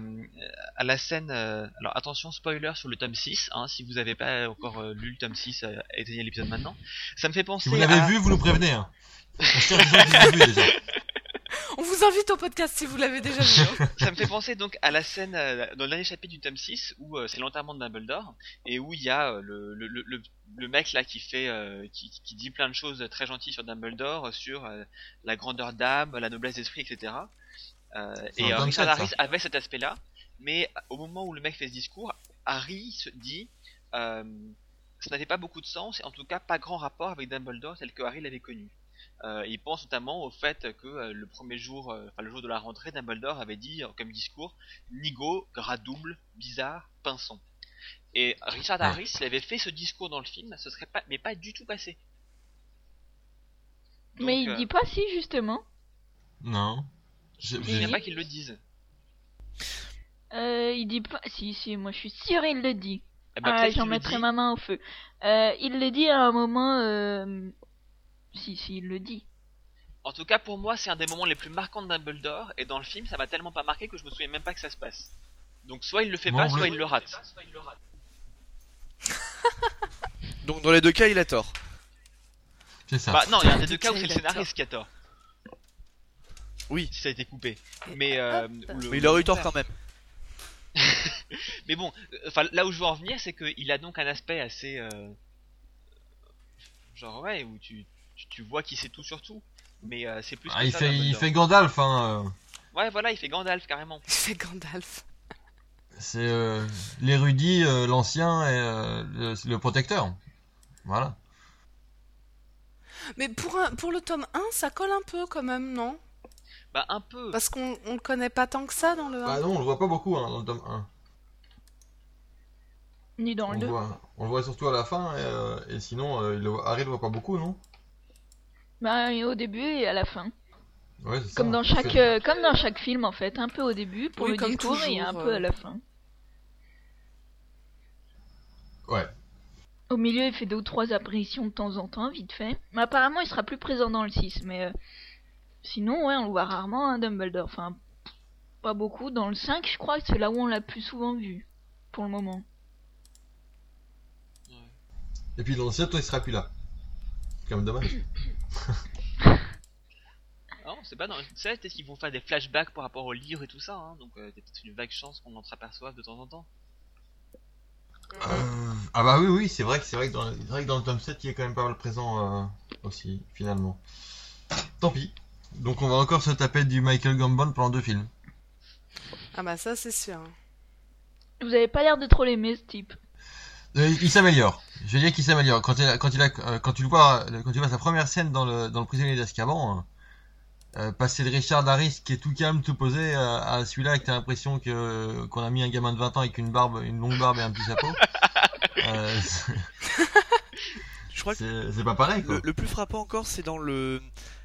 Speaker 2: à la scène. euh, alors attention, spoiler sur le tome 6. hein, si vous n'avez pas encore euh, lu le tome 6, euh, éteignez l'épisode maintenant. Ça me fait penser.
Speaker 5: Si vous
Speaker 2: à...
Speaker 5: l'avez vu, vous nous prévenez. Hein. On cherche des gens qui l'ont vu déjà.
Speaker 3: On vous invite au podcast si vous l'avez déjà vu. hein.
Speaker 2: ça me fait penser donc à la scène euh, dans le dernier chapitre du tome 6 où euh, c'est l'enterrement de Dumbledore et où il y a euh, le, le, le- le- le mec là qui fait euh, qui, qui dit plein de choses très gentilles sur Dumbledore, sur euh, la grandeur d'âme, la noblesse d'esprit, etc. Euh,
Speaker 5: C'est
Speaker 2: et
Speaker 5: un
Speaker 2: euh,
Speaker 5: tome
Speaker 2: Richard
Speaker 5: sept, ça.
Speaker 2: Harris avait cet aspect là, mais euh, au moment où le mec fait ce discours, Harry se dit euh, ça n'avait pas beaucoup de sens et en tout cas pas grand rapport avec Dumbledore tel que Harry l'avait connu. Euh, il pense notamment au fait que euh, le premier jour, euh, enfin le jour de la rentrée, Dumbledore avait dit euh, comme discours Nigo, gras double, bizarre, pinson. Et Richard
Speaker 5: Ouais.
Speaker 2: Harris, s'il avait fait ce discours dans le film, ce serait pas, mais pas du tout passé. Donc,
Speaker 4: mais il
Speaker 2: euh,
Speaker 4: dit pas si, justement.
Speaker 5: Non. Je-
Speaker 2: il
Speaker 5: j'ai-
Speaker 2: n'y a pas qu'il le dise.
Speaker 4: Euh, il dit pas. Si, si, moi je suis sûre, il le dit.
Speaker 2: Eh ben,
Speaker 4: Ah,
Speaker 2: peut-être qu'il
Speaker 4: j'en
Speaker 2: le
Speaker 4: mettrai
Speaker 2: dit.
Speaker 4: ma main au feu. Euh, il le dit à un moment. euh, Si, si, il le dit.
Speaker 2: En tout cas, pour moi, c'est un des moments les plus marquants de Dumbledore, et dans le film, ça m'a tellement pas marqué que je me souviens même pas que ça se passe. Donc, soit il le fait
Speaker 5: Moi,
Speaker 2: pas,
Speaker 5: on
Speaker 2: soit
Speaker 5: le-
Speaker 2: il le rate.
Speaker 6: Donc dans les deux cas il a tort.
Speaker 5: C'est ça.
Speaker 2: Bah, non, il y a un des deux cas où c'est le
Speaker 3: Il a tort.
Speaker 2: scénariste qui a tort.
Speaker 6: Oui.
Speaker 2: Si ça a été coupé. Mais, euh, ou le-
Speaker 6: Mais il aurait eu tort hein. quand même.
Speaker 2: Mais bon, euh, enfin là où je veux en venir, c'est qu'il a donc un aspect assez. euh, Genre, ouais, où tu, tu, tu vois qu'il sait tout sur tout. Mais euh, c'est plus.
Speaker 5: Ah,
Speaker 2: que
Speaker 5: il,
Speaker 2: ça,
Speaker 5: fait, il
Speaker 2: Dumbledore.
Speaker 5: fait Gandalf, hein. euh.
Speaker 2: Ouais, voilà, il fait Gandalf carrément.
Speaker 3: Il fait Gandalf.
Speaker 5: C'est euh, l'érudit, euh, l'ancien et euh, le, le protecteur. Voilà.
Speaker 3: Mais pour, un- pour le tome 1, ça colle un peu quand même, non
Speaker 2: Bah, un peu.
Speaker 3: Parce qu'on on le connaît pas tant que ça dans le 1.
Speaker 6: Bah,
Speaker 5: Bah non, on le voit pas beaucoup hein, dans le tome 1.
Speaker 4: Ni dans
Speaker 5: On
Speaker 4: le
Speaker 5: le,
Speaker 4: 2.
Speaker 5: voit, on le voit surtout à la fin, et, euh, et sinon, euh, il le voit- Harry le voit pas beaucoup, non
Speaker 4: Bah, et au début et à la fin.
Speaker 5: Ouais, c'est ça.
Speaker 4: Comme dans
Speaker 5: C'est-
Speaker 4: chaque, euh, comme dans chaque film en fait, un peu au début pour
Speaker 1: Oui,
Speaker 4: le
Speaker 1: comme
Speaker 4: discours et
Speaker 1: toujours,
Speaker 4: un
Speaker 1: euh.
Speaker 4: peu à la fin.
Speaker 5: Ouais.
Speaker 4: Au milieu, il fait deux ou trois apparitions de temps en temps, vite fait. Mais apparemment, il sera plus présent dans le 6, mais euh, sinon, ouais, on le voit rarement, hein, Dumbledore. Enfin, pas beaucoup. Dans le 5, je crois que c'est là où on l'a plus souvent vu, pour le moment.
Speaker 5: Et puis dans le 7, toi, il sera plus là. C'est quand même dommage.
Speaker 2: Ah, on sait pas dans le 7, est-ce qu'ils vont faire des flashbacks par rapport au livre et tout ça, hein, donc euh, c'est peut-être une vague chance qu'on en s'aperçoive de temps en temps.
Speaker 5: Euh, Ah bah oui, oui, c'est vrai que c'est vrai que dans, c'est vrai que dans le tome 7, il est quand même pas mal présent euh, aussi, finalement. Tant pis. Donc on va encore se taper du Michael Gambon pendant deux films.
Speaker 1: Ah bah ça c'est sûr.
Speaker 4: Vous avez pas l'air de trop l'aimer, ce type.
Speaker 5: Euh, il s'améliore. Je veux dire qu'il s'améliore. Quand il a- quand il a, euh, quand tu le vois, euh, quand tu vois sa première scène dans le, dans le prisonnier d'Azkaban, euh, euh, passer de Richard Harris qui est tout calme, tout posé, euh, à celui-là que t'as l'impression que qu'on a mis un gamin de 20 ans avec une barbe, une longue barbe et un petit chapeau. euh, c'est-
Speaker 6: Je crois que
Speaker 5: c'est c'est pas pareil quoi.
Speaker 6: le, le plus frappant encore, c'est dans le.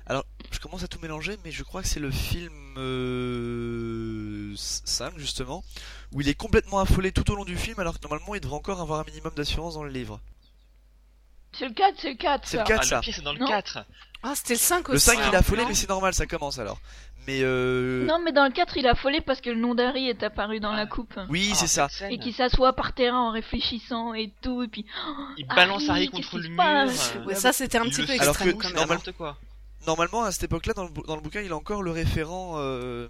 Speaker 6: Alors, je commence à tout mélanger, mais je crois que c'est le film euh, 5, justement, où il est complètement affolé tout au long du film, alors que normalement, il devrait encore avoir un minimum d'assurance dans le livre.
Speaker 4: C'est le 4, c'est le 4,
Speaker 6: C'est le
Speaker 4: ça.
Speaker 6: 4,
Speaker 2: ah,
Speaker 6: ça.
Speaker 2: le pire, c'est dans le
Speaker 4: Non.
Speaker 2: 4
Speaker 1: Ah c'était le 5 aussi.
Speaker 6: Le 5, il est affolé,
Speaker 4: Non.
Speaker 6: mais c'est normal, ça commence alors. Mais euh...
Speaker 4: Non, mais dans le 4, il a affolé parce que le nom d'Harry est apparu dans
Speaker 2: Ah.
Speaker 4: la coupe.
Speaker 6: Oui,
Speaker 2: Ah,
Speaker 6: c'est ça.
Speaker 2: cette scène.
Speaker 4: Et qu'il s'assoit par terre en réfléchissant et tout, et puis...
Speaker 2: Il balance Harry
Speaker 4: Harry,
Speaker 2: contre
Speaker 4: Ah, qu'est-ce
Speaker 2: le
Speaker 4: qui se
Speaker 2: mur.
Speaker 4: passe
Speaker 2: euh,
Speaker 1: Ouais, ça c'était un
Speaker 2: il
Speaker 1: petit
Speaker 2: le
Speaker 1: peu
Speaker 2: sort.
Speaker 6: Alors que
Speaker 1: extrême quand
Speaker 2: C'est
Speaker 1: même.
Speaker 6: normal-
Speaker 2: n'importe quoi.
Speaker 6: Normalement, à cette époque-là, dans le, bou- dans le bouquin, il a encore le référent, euh,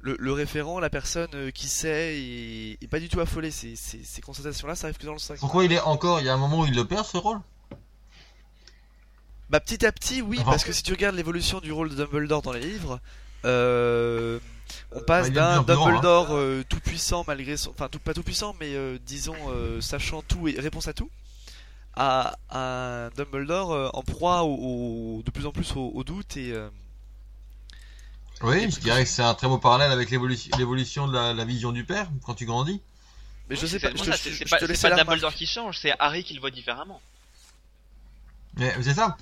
Speaker 6: le, le référent, la personne euh, qui sait, et, et pas du tout affolé. Ces, ces, ces constatations-là, ça arrive que dans le 5.
Speaker 5: Pourquoi il est encore Il y a un moment où il le perd ce rôle
Speaker 6: Bah, petit à petit, oui,
Speaker 5: Ah.
Speaker 6: parce que si tu regardes l'évolution du rôle de Dumbledore dans les livres, euh, on passe
Speaker 5: il est
Speaker 6: d'un
Speaker 5: bien dedans, hein.
Speaker 6: Dumbledore euh, tout puissant, malgré son. Enfin, tout, pas tout puissant, mais euh, disons, euh, sachant tout et réponse à tout, à, à un Dumbledore euh, en proie au, au- de plus en plus au, au doute et. euh,
Speaker 5: Oui, je dirais que c'est un très beau parallèle avec l'évolution l'évolution de la, la vision du père quand tu grandis.
Speaker 6: Mais je sais
Speaker 2: C'est
Speaker 6: pas, je
Speaker 2: vraiment
Speaker 6: te,
Speaker 2: ça,
Speaker 6: je-
Speaker 2: c'est-
Speaker 6: je
Speaker 2: c'est
Speaker 6: te
Speaker 2: pas,
Speaker 6: laisse
Speaker 2: c'est pas
Speaker 6: la remarque.
Speaker 2: Dumbledore qui change, c'est Harry qui le voit différemment.
Speaker 5: Mais c'est ça.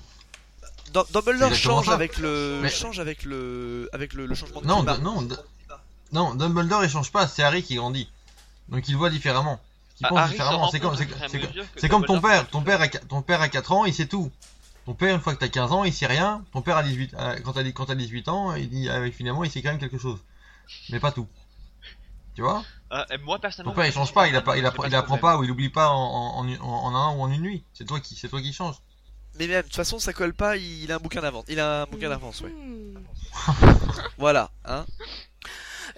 Speaker 6: Dum- Dumbledore
Speaker 5: C'est exactement
Speaker 6: change
Speaker 5: ça.
Speaker 6: avec le
Speaker 5: Mais-
Speaker 6: change avec le avec le, le changement de
Speaker 5: Non,
Speaker 6: climat.
Speaker 5: Dun- non, Dun- non, Dumbledore il change pas, c'est Harry qui grandit. Donc il voit différemment. Il
Speaker 2: Ah,
Speaker 5: pense
Speaker 2: Harry s'en
Speaker 5: différemment.
Speaker 2: rend
Speaker 5: C'est
Speaker 2: compte
Speaker 5: comme,
Speaker 2: au
Speaker 5: c'est,
Speaker 2: fur et à
Speaker 5: c'est-
Speaker 2: mesure que
Speaker 5: c'est comme ton
Speaker 2: Dumbledore-
Speaker 5: père. Ton père, a, qu- ton père à 4 ans, il sait tout. Ton père, une fois que t'as 15 ans, il sait rien. Ton père, à 18, à- quand t'as quand t'as 18 ans, il dit, ah, finalement, il sait quand même quelque chose. Mais pas tout. Tu vois
Speaker 2: Euh, et moi
Speaker 5: Ton
Speaker 2: personnellement.
Speaker 5: père, il change pas, il, a pas, il,
Speaker 2: j'ai
Speaker 5: appre-
Speaker 2: de
Speaker 5: il apprend
Speaker 2: problème.
Speaker 5: pas ou il oublie pas en, en, en- en un an ou en une nuit. C'est toi qui, c'est toi qui change.
Speaker 6: Mais même de toute façon, ça colle pas. Il, il a un bouquin d'avance. Il a un bouquin d'avance, ouais.
Speaker 1: Hmm.
Speaker 6: Voilà, hein.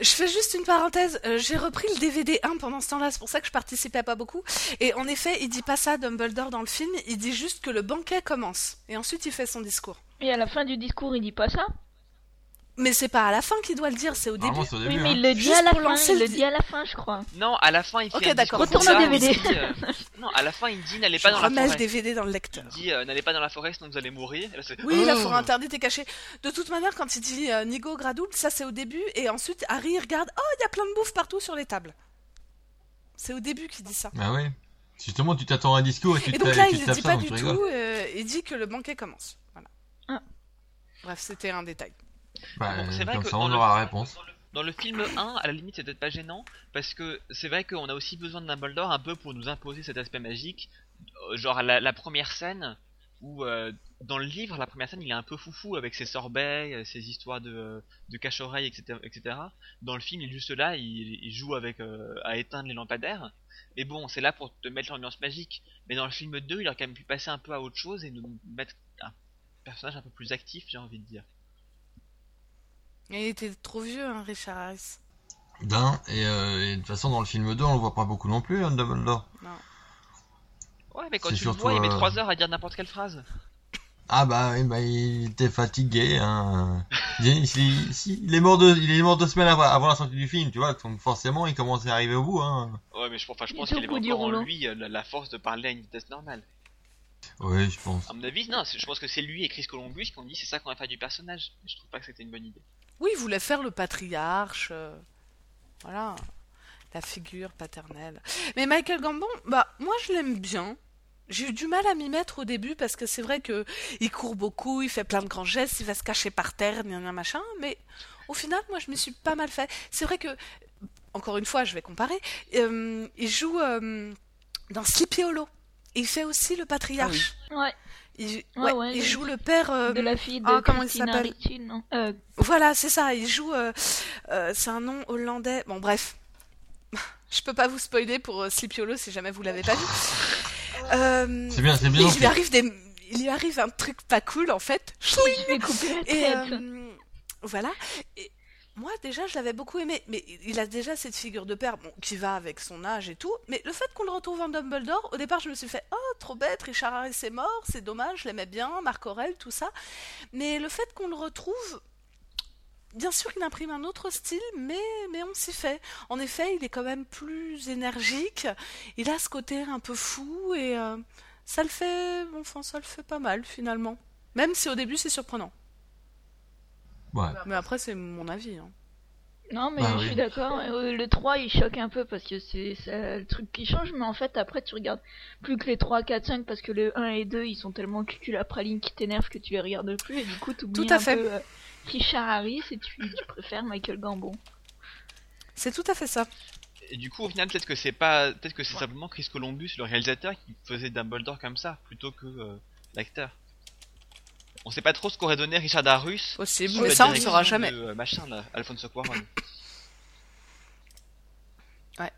Speaker 3: Je fais juste une parenthèse, euh, j'ai repris le DVD 1 pendant ce temps-là, c'est pour ça que je participais à pas beaucoup. Et en effet, il dit pas ça Dumbledore dans le film, il dit juste que le banquet commence. Et ensuite, il fait son discours.
Speaker 4: Et à la fin du discours, il dit pas ça
Speaker 3: Mais c'est pas à la fin qu'il doit le dire, c'est au début.
Speaker 5: Normalement, c'est au
Speaker 4: Oui,
Speaker 5: début.
Speaker 4: mais
Speaker 5: hein.
Speaker 4: il le dit
Speaker 3: Juste
Speaker 4: à la
Speaker 3: pour
Speaker 4: fin,
Speaker 3: lancer
Speaker 4: il
Speaker 3: le
Speaker 4: le
Speaker 3: di-
Speaker 4: dit à la fin, je crois.
Speaker 2: Non, à la fin il fait.
Speaker 3: Ok,
Speaker 2: un
Speaker 3: d'accord.
Speaker 2: discours
Speaker 4: Retourne au
Speaker 2: bizarre où il
Speaker 4: DVD.
Speaker 2: dit, euh, Non, à la fin il dit n'allez
Speaker 3: Je
Speaker 2: pas dans la
Speaker 3: remets le
Speaker 2: forêt.
Speaker 3: DVD dans le
Speaker 2: Il
Speaker 3: lecteur.
Speaker 2: dit euh, n'allez pas dans la forêt sinon vous allez mourir. Et là, c'est-
Speaker 3: Oui,
Speaker 2: Oh
Speaker 3: la forêt interdite est cachée. De toute manière, quand il dit euh, Nigo Gradoul, ça c'est au début, et ensuite Harry il regarde, oh, il y a plein de bouffe partout sur les tables. C'est au début qu'il dit ça.
Speaker 5: Bah oui. Justement, tu t'attends à un discours et tu
Speaker 3: Et
Speaker 5: t'as-
Speaker 3: donc là,
Speaker 5: tu
Speaker 3: il ne
Speaker 5: tapes
Speaker 3: dit
Speaker 5: ça,
Speaker 3: pas
Speaker 5: donc
Speaker 3: du
Speaker 5: tu rigoles.
Speaker 3: tout, euh, il dit que le banquet commence. Voilà.
Speaker 4: Ah.
Speaker 3: Bref, c'était un détail.
Speaker 5: Bah,
Speaker 2: Bon, c'est vrai
Speaker 5: comme
Speaker 2: que
Speaker 5: ça,
Speaker 2: dans
Speaker 5: on
Speaker 2: le-
Speaker 5: aura la réponse.
Speaker 2: Dans le film 1, à la limite, c'est peut-être pas gênant, parce que c'est vrai qu'on a aussi besoin de Dumbledore un peu pour nous imposer cet aspect magique. Euh, Genre la, la première scène, où euh, dans le livre, la première scène, il est un peu foufou avec ses sorbets, euh, ses histoires de, euh, de cache-oreille, etc., etc. Dans le film, il est juste là, il, il joue avec euh, à éteindre les lampadaires. Mais bon, c'est là pour te mettre l'ambiance magique. Mais dans le film 2, il aurait quand même pu passer un peu à autre chose et nous mettre un personnage un peu plus actif, j'ai envie de dire.
Speaker 3: Il était trop vieux, hein, Richard Harris.
Speaker 5: D'un, et, euh, et de toute façon, dans le film 2, on le voit pas beaucoup non plus, hein, Dumbledore.
Speaker 2: Ouais, mais quand
Speaker 5: C'est
Speaker 2: tu le
Speaker 5: surtout,
Speaker 2: vois, il met
Speaker 5: euh,
Speaker 2: 3 heures à dire n'importe quelle phrase.
Speaker 5: Ah bah, oui, bah il était fatigué, hein. Il, il- si- il est mort deux, il est mort deux semaines avant, avant la sortie du film, tu vois, donc forcément, il commençait à arriver au bout, hein.
Speaker 2: Ouais, mais je, enfin, je
Speaker 4: Il
Speaker 2: pense
Speaker 4: est au
Speaker 2: qu'il avait
Speaker 4: bout du
Speaker 2: encore en
Speaker 4: rouleau.
Speaker 2: lui euh, la, la force de parler à une vitesse normale.
Speaker 5: Oui, je pense.
Speaker 2: À mon avis, non, c'est- je pense que c'est lui et Chris Columbus qui ont dit c'est ça qu'on va faire du personnage. Mais Je trouve pas que c'était une bonne idée.
Speaker 3: Oui, il voulait faire le patriarche. euh, voilà. la figure paternelle. Mais Michael Gambon, bah moi je l'aime bien. J'ai eu du mal à m'y mettre au début parce que c'est vrai que il court beaucoup, il fait plein de grands gestes, il va se cacher par terre, gna gna machin. Mais au final, moi je me suis pas mal fait. C'est vrai que encore une fois, je vais comparer. euh, il joue euh, dans Sleepy Hollow. Il fait aussi le patriarche.
Speaker 4: Ouais,
Speaker 3: Il,
Speaker 4: Ah
Speaker 3: ouais,
Speaker 4: ouais,
Speaker 3: il
Speaker 4: j'ai
Speaker 3: joue le père. euh,
Speaker 4: de la fille de
Speaker 3: ah, comment il
Speaker 4: Christina
Speaker 3: s'appelle
Speaker 4: Ricci, non Euh,
Speaker 3: Voilà, c'est ça. Il joue. euh, euh, c'est un nom hollandais. Bon, bref. Je peux pas vous spoiler pour euh, Sleepy Hollow si jamais vous l'avez pas vu. Euh,
Speaker 5: C'est bien, c'est
Speaker 3: mais
Speaker 5: bien.
Speaker 3: il lui arrive des. Il lui arrive un truc pas cool en fait.
Speaker 4: Je vais couper la
Speaker 3: Et
Speaker 4: tête.
Speaker 3: euh, voilà. Et moi, déjà, je l'avais beaucoup aimé. Mais il a déjà cette figure de père bon, qui va avec son âge et tout. Mais le fait qu'on le retrouve en Dumbledore, au départ, je me suis fait Oh, trop bête, Richard Harris est mort, c'est dommage, je l'aimais bien, Marc Aurel, tout ça. Mais le fait qu'on le retrouve. Bien sûr, il imprime un autre style, mais, mais on s'y fait. En effet, il est quand même plus énergique. Il a ce côté un peu fou et euh, ça le fait, enfin, ça le fait pas mal finalement. Même si au début c'est surprenant.
Speaker 5: Ouais.
Speaker 3: Mais après, c'est mon avis. hein.
Speaker 4: Non, mais
Speaker 5: Bah
Speaker 4: je
Speaker 5: oui.
Speaker 4: suis d'accord. Euh, Le 3, il choque un peu parce que c'est c'est le truc qui change. Mais en fait, après, tu regardes plus que les 3, 4, 5 parce que le 1 et 2, ils sont tellement cucul à praline qui t'énervent que tu les regardes plus. Et du coup, tu
Speaker 3: Tout à
Speaker 4: un
Speaker 3: fait.
Speaker 4: peu euh, Richard Harris et tu, tu préfères Michael Gambon.
Speaker 3: C'est tout à fait ça.
Speaker 2: Et du coup, au final, peut-être que c'est pas, peut-être que c'est simplement Chris Columbus, le réalisateur, qui faisait Dumbledore comme ça, plutôt que euh, l'acteur. On sait pas trop ce qu'aurait donné Richard Darus.
Speaker 3: Possible.
Speaker 2: sous
Speaker 3: Mais
Speaker 2: la
Speaker 3: ça, on ne
Speaker 2: direction
Speaker 3: saura jamais.
Speaker 2: de, euh, machin là, Alfonso Cuarón.
Speaker 5: Ah,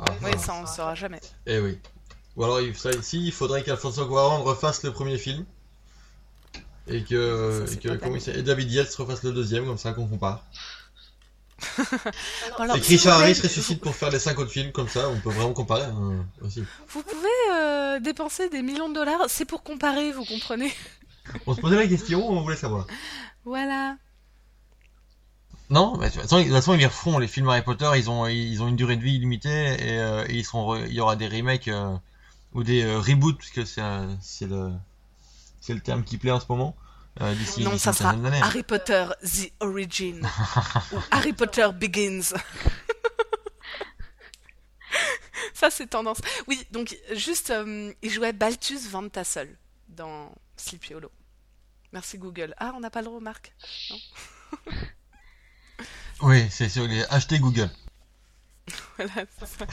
Speaker 3: Oui,
Speaker 5: voilà.
Speaker 3: ça, on ne saura jamais.
Speaker 5: Eh oui. Ou alors, il- ça, ici, il faudrait qu'Alfonso Cuarón refasse le premier film. Et que,
Speaker 3: Ça, c'est
Speaker 5: et que-
Speaker 3: pas
Speaker 5: comment
Speaker 3: mal.
Speaker 5: il s'appelle- et David Yates refasse le deuxième, comme ça qu'on compare.
Speaker 3: Alors,
Speaker 5: et
Speaker 3: si
Speaker 5: Christian
Speaker 3: vous
Speaker 5: Harris
Speaker 3: voulez,
Speaker 5: ressuscite pour faire les cinq autres films, comme ça, on peut vraiment comparer hein, aussi.
Speaker 3: Vous pouvez euh, dépenser des millions de dollars. C'est pour comparer, vous comprenez
Speaker 5: On se posait la question, on voulait savoir.
Speaker 3: Voilà.
Speaker 5: Non, mais de toute façon, de toute façon, ils les referont. Les films Harry Potter, ils ont, ils ont une durée de vie illimitée et, euh, et ils seront re- il y aura des remakes euh, ou des euh, reboots, puisque c'est un- c'est le, c'est le terme qui plaît en ce moment. euh, d'ici
Speaker 3: non,
Speaker 5: d'ici
Speaker 3: ça
Speaker 5: une
Speaker 3: sera
Speaker 5: quinzaine d'années.
Speaker 3: Harry Potter The Origin. ou Harry Potter Begins. ça, c'est tendance. Oui, donc, juste, euh, il jouait Balthus Van Tassel dans Sleepy Hollow. Merci Google. Ah, on n'a pas le droit, Marc
Speaker 5: Oui, c'est sur les acheter Google.
Speaker 3: Voilà, c'est ça.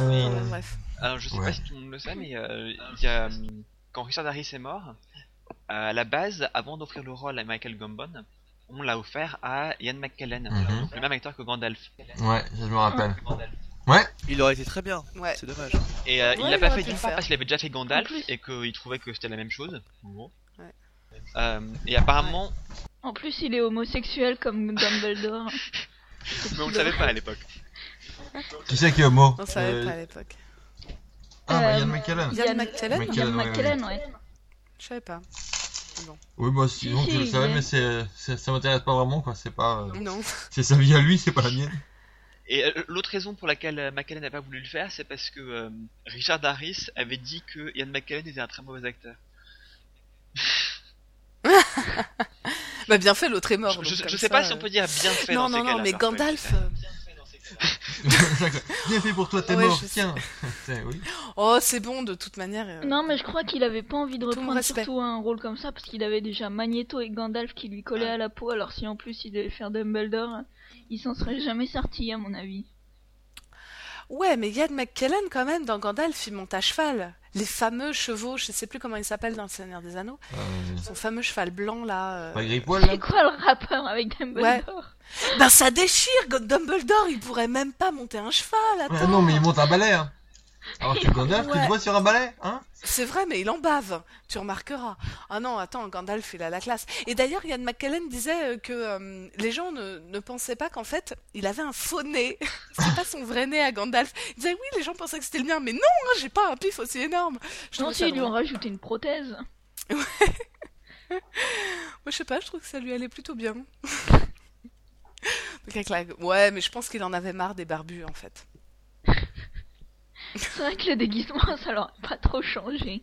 Speaker 5: Euh,
Speaker 3: Bref.
Speaker 2: Alors, je sais
Speaker 5: Ouais.
Speaker 2: pas si tout le monde le sait, mais euh, il y a, hum, quand Richard Harris est mort, euh, à la base, avant d'offrir le rôle à Michael Gambon, on l'a offert à Ian McKellen,
Speaker 5: Mhm.
Speaker 2: donc le même acteur que Gandalf.
Speaker 5: Ouais, ça, je me rappelle.
Speaker 6: Il aurait été très bien,
Speaker 3: Ouais.
Speaker 6: c'est dommage.
Speaker 2: Et euh, il
Speaker 3: Ouais,
Speaker 2: l'a
Speaker 3: il
Speaker 2: pas
Speaker 3: aurait
Speaker 2: fait
Speaker 3: pu
Speaker 2: d'une part
Speaker 3: le faire.
Speaker 2: parce qu'il avait déjà fait Gandalf
Speaker 4: En plus.
Speaker 2: et qu'il trouvait que c'était la même chose. en gros.
Speaker 3: Ouais.
Speaker 2: Euh, et apparemment,
Speaker 4: En plus, il est homosexuel comme Dumbledore. C'est
Speaker 2: mais on le
Speaker 4: drôle.
Speaker 2: savait pas à l'époque.
Speaker 5: Qui c'est qui est homo
Speaker 3: On savait
Speaker 5: Euh,
Speaker 3: pas à l'époque.
Speaker 5: Ah, bah,
Speaker 4: Euh,
Speaker 5: Ian McKellen.
Speaker 4: Ian
Speaker 3: Yann McKellen
Speaker 5: McKellen.
Speaker 4: Ian
Speaker 5: ouais,
Speaker 4: McKellen, ouais.
Speaker 3: Je savais pas.
Speaker 5: Oui, moi,
Speaker 4: Si,
Speaker 5: sinon,
Speaker 4: si,
Speaker 5: je le savais,
Speaker 4: il est-
Speaker 5: mais c'est, c'est- ça m'intéresse pas vraiment, quoi. C'est pas, euh,
Speaker 3: Non.
Speaker 5: c'est sa vie à lui, c'est pas la mienne.
Speaker 2: Et euh, l'autre raison pour laquelle euh, McKellen n'a pas voulu le faire, c'est parce que euh, Richard Harris avait dit que Ian McKellen était un très mauvais acteur.
Speaker 3: Bah bien fait, l'autre est mort.
Speaker 2: je,
Speaker 3: donc
Speaker 2: je- je
Speaker 3: comme
Speaker 2: sais
Speaker 3: ça,
Speaker 2: pas
Speaker 3: euh,
Speaker 2: si on peut dire bien fait
Speaker 3: Non,
Speaker 2: dans
Speaker 3: non,
Speaker 2: ces cas-là.
Speaker 3: non, mais
Speaker 2: parfois,
Speaker 3: Gandalf. euh,
Speaker 2: je sais.
Speaker 5: Bien fait pour toi, t'es
Speaker 3: Ouais,
Speaker 5: mort,
Speaker 3: je sais.
Speaker 5: tiens. C'est- oui.
Speaker 3: euh, Oh, c'est bon, de toute manière. euh,
Speaker 4: Non, mais je crois qu'il avait pas envie de
Speaker 3: Tout mon
Speaker 4: reprendre
Speaker 3: respect.
Speaker 4: surtout un rôle comme ça parce qu'il avait déjà Magneto et Gandalf qui lui collaient à la peau. Alors, si en plus il devait faire Dumbledore, il s'en serait jamais sorti, à mon avis.
Speaker 3: Oh, Ouais, mais Yann McKellen, quand même, dans Gandalf, il monte à cheval. Les fameux chevaux, je sais plus comment ils s'appellent dans Le Seigneur des Anneaux.
Speaker 5: Euh,
Speaker 3: Son fameux cheval blanc, là. euh.
Speaker 5: pas Grippoil, là
Speaker 4: C'est quoi le rapport avec Dumbledore
Speaker 3: Ben ça déchire, God- Dumbledore, il pourrait même pas monter un cheval,
Speaker 5: Ouais,
Speaker 3: attends.
Speaker 5: Ah non, mais il monte un balai, hein. Alors que Gandalf, tu
Speaker 3: Ouais.
Speaker 5: te vois sur un balai, hein
Speaker 3: C'est vrai, mais il en bave, tu remarqueras. Ah non, attends, Gandalf, il a la classe. Et d'ailleurs, Ian McKellen disait euh, que euh, les gens ne, ne pensaient pas qu'en fait, il avait un faux nez. C'est pas son vrai nez à Gandalf. Il disait, oui, les gens pensaient que c'était le mien, mais non, hein, j'ai pas un pif aussi énorme. Je
Speaker 4: Non,
Speaker 3: trouvais
Speaker 4: si,
Speaker 3: ça
Speaker 4: ils lui ont
Speaker 3: drôle.
Speaker 4: rajouté une prothèse.
Speaker 3: Moi, je sais pas, je trouve que ça lui allait plutôt bien. Donc, avec la- Ouais, mais je pense qu'il en avait marre des barbus, en fait.
Speaker 4: C'est vrai que le déguisement, ça leur a pas trop changé.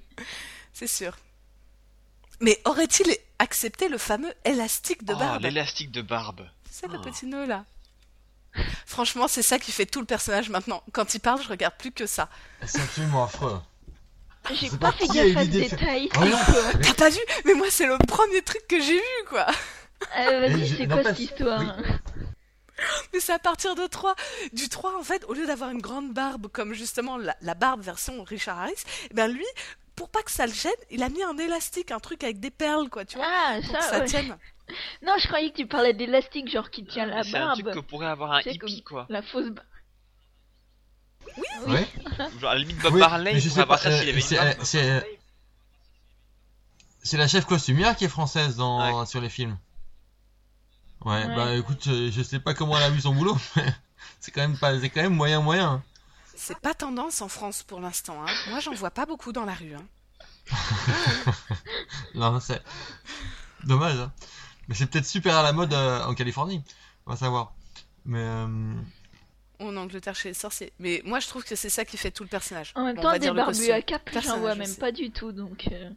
Speaker 3: C'est sûr. Mais aurait-il accepté le fameux élastique de
Speaker 4: Ah,
Speaker 2: Oh,
Speaker 3: barbe
Speaker 2: l'élastique de barbe.
Speaker 3: C'est le
Speaker 2: Oh.
Speaker 3: petit nœud, là. Franchement, c'est ça qui fait tout le personnage maintenant. Quand il parle, je regarde plus que ça.
Speaker 5: C'est absolument affreux.
Speaker 3: Ah,
Speaker 4: J'ai
Speaker 5: C'est
Speaker 4: pas
Speaker 5: pas
Speaker 4: fait
Speaker 5: qui a eu
Speaker 4: gaffe à ce
Speaker 5: l'idée de faire-
Speaker 4: détail.
Speaker 5: Ah non,
Speaker 3: T'as pas vu Mais moi, c'est le premier truc que j'ai vu, quoi.
Speaker 4: Euh,
Speaker 5: Et
Speaker 4: Vas-y,
Speaker 5: j'ai-
Speaker 4: c'est
Speaker 5: non,
Speaker 4: quoi
Speaker 5: pas-
Speaker 4: cette histoire
Speaker 5: oui.
Speaker 4: hein
Speaker 3: Mais c'est à partir de 3. Du 3, en fait, au lieu d'avoir une grande barbe, comme justement la, la barbe version Richard Harris, eh ben lui, pour pas que ça le gêne, il a mis un élastique, un truc avec des perles, quoi, tu vois,
Speaker 4: Ah,
Speaker 3: pour
Speaker 4: ça,
Speaker 3: que ça
Speaker 4: ouais.
Speaker 3: tienne.
Speaker 4: Non, je croyais que tu parlais d'élastique, genre qui tient
Speaker 5: Ah,
Speaker 4: la
Speaker 2: C'est un truc que
Speaker 4: barbe.
Speaker 2: pourrait avoir un
Speaker 4: C'est
Speaker 2: hippie, quoi.
Speaker 4: La fausse barbe.
Speaker 5: Ouais.
Speaker 2: Genre, à la limite, Bob
Speaker 5: Oui,
Speaker 2: Marley,
Speaker 5: mais
Speaker 2: il
Speaker 5: je
Speaker 2: pourrait
Speaker 5: sais
Speaker 2: avoir
Speaker 5: pas,
Speaker 2: ça s'il
Speaker 5: euh,
Speaker 2: avait une
Speaker 5: c'est-
Speaker 2: barbe.
Speaker 5: euh, c'est euh, c'est la chef costumière qui est française dans sur les films. Ouais,
Speaker 4: Ouais.
Speaker 5: bah écoute, euh, je sais pas comment elle a vu son boulot, mais c'est quand même pas, c'est quand même moyen moyen.
Speaker 3: C'est pas tendance en France pour l'instant, hein. Moi, j'en vois pas beaucoup dans la rue, hein.
Speaker 5: Non, c'est dommage. hein. Mais c'est peut-être super à la mode euh, en Californie, on va savoir. Mais euh,
Speaker 3: Ou en Angleterre chez les sorciers. Mais moi, je trouve que c'est ça qui fait tout le personnage.
Speaker 4: En même
Speaker 3: Bon, on
Speaker 4: temps,
Speaker 3: va
Speaker 4: des
Speaker 3: dire le
Speaker 4: barbus
Speaker 3: costume.
Speaker 4: à cap, j'en
Speaker 3: Personnage
Speaker 4: vois même
Speaker 3: aussi.
Speaker 4: pas du tout, donc... euh,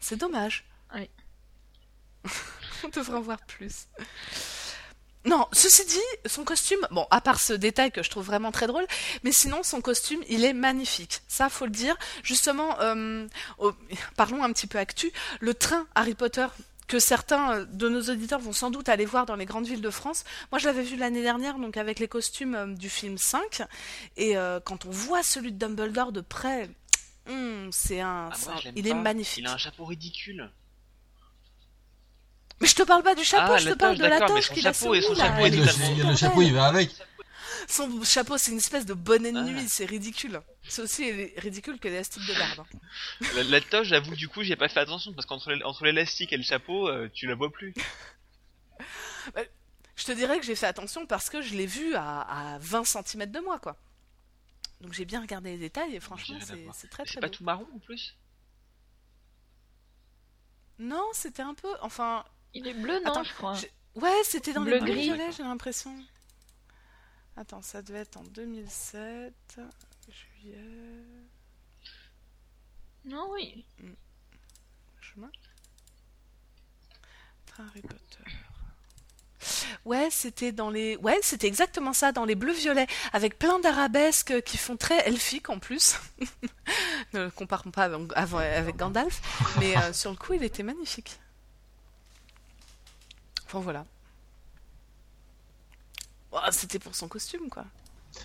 Speaker 3: C'est dommage.
Speaker 4: Ouais.
Speaker 3: On devrait en voir plus. Non, ceci dit, son costume, bon, à part ce détail que je trouve vraiment très drôle, mais sinon son costume, il est magnifique. Ça, faut le dire. Justement, euh, oh, parlons un petit peu actu. Le train Harry Potter que certains euh, de nos auditeurs vont sans doute aller voir dans les grandes villes de France. Moi, je l'avais vu l'année dernière, donc avec les costumes euh, du film 5. Et euh, quand on voit celui de Dumbledore de près, hum, c'est un,
Speaker 2: Ah,
Speaker 3: c'est
Speaker 2: moi,
Speaker 3: un-
Speaker 2: je l'aime
Speaker 3: il
Speaker 2: pas.
Speaker 3: est magnifique.
Speaker 2: Il a un chapeau ridicule.
Speaker 3: Mais je te parle pas du chapeau,
Speaker 2: Ah,
Speaker 3: je
Speaker 2: la
Speaker 3: te parle
Speaker 2: toche,
Speaker 3: de la
Speaker 2: d'accord, mais
Speaker 3: toche
Speaker 2: son
Speaker 3: qu'il a
Speaker 2: chapeau et son
Speaker 3: sur lui, là,
Speaker 2: chapeau
Speaker 3: elle
Speaker 2: est
Speaker 3: est
Speaker 5: le,
Speaker 2: totalement-
Speaker 3: toute
Speaker 5: le chapeau, il
Speaker 3: bordel.
Speaker 5: va avec.
Speaker 3: Son chapeau, c'est une espèce de bonnet de
Speaker 2: Ah.
Speaker 3: nuit, c'est ridicule. C'est aussi ridicule que l'élastique de barbe. hein.
Speaker 2: La, la toche, j'avoue, du coup, j'ai pas fait attention parce qu'entre l'é- entre l'élastique et le chapeau, euh, tu la vois plus.
Speaker 3: Je te dirais que j'ai fait attention parce que je l'ai vu à, à 20 cm de moi, quoi. Donc j'ai bien regardé les détails et franchement,
Speaker 2: J'irai la
Speaker 3: c'est
Speaker 2: voir.
Speaker 3: c'est très très
Speaker 2: C'est pas
Speaker 3: beau.
Speaker 2: tout marron en plus
Speaker 3: Non, c'était un peu. Enfin,
Speaker 4: Il est bleu, non,
Speaker 3: Attends,
Speaker 4: je crois.
Speaker 3: j'ai- ouais, c'était dans
Speaker 4: Bleu
Speaker 3: les
Speaker 4: gris.
Speaker 3: violets, j'ai l'impression. Attends, ça devait être en 2007, juillet,
Speaker 4: Non, oui.
Speaker 3: chemin. Harry Potter. Ouais, c'était dans les. Ouais, c'était exactement ça, dans les bleus violets, avec plein d'arabesques qui font très elfiques en plus. ne le comparons pas avec, avant- avec Gandalf, mais euh, sur le coup, il était magnifique. Enfin voilà. Ouah, c'était pour son costume, quoi.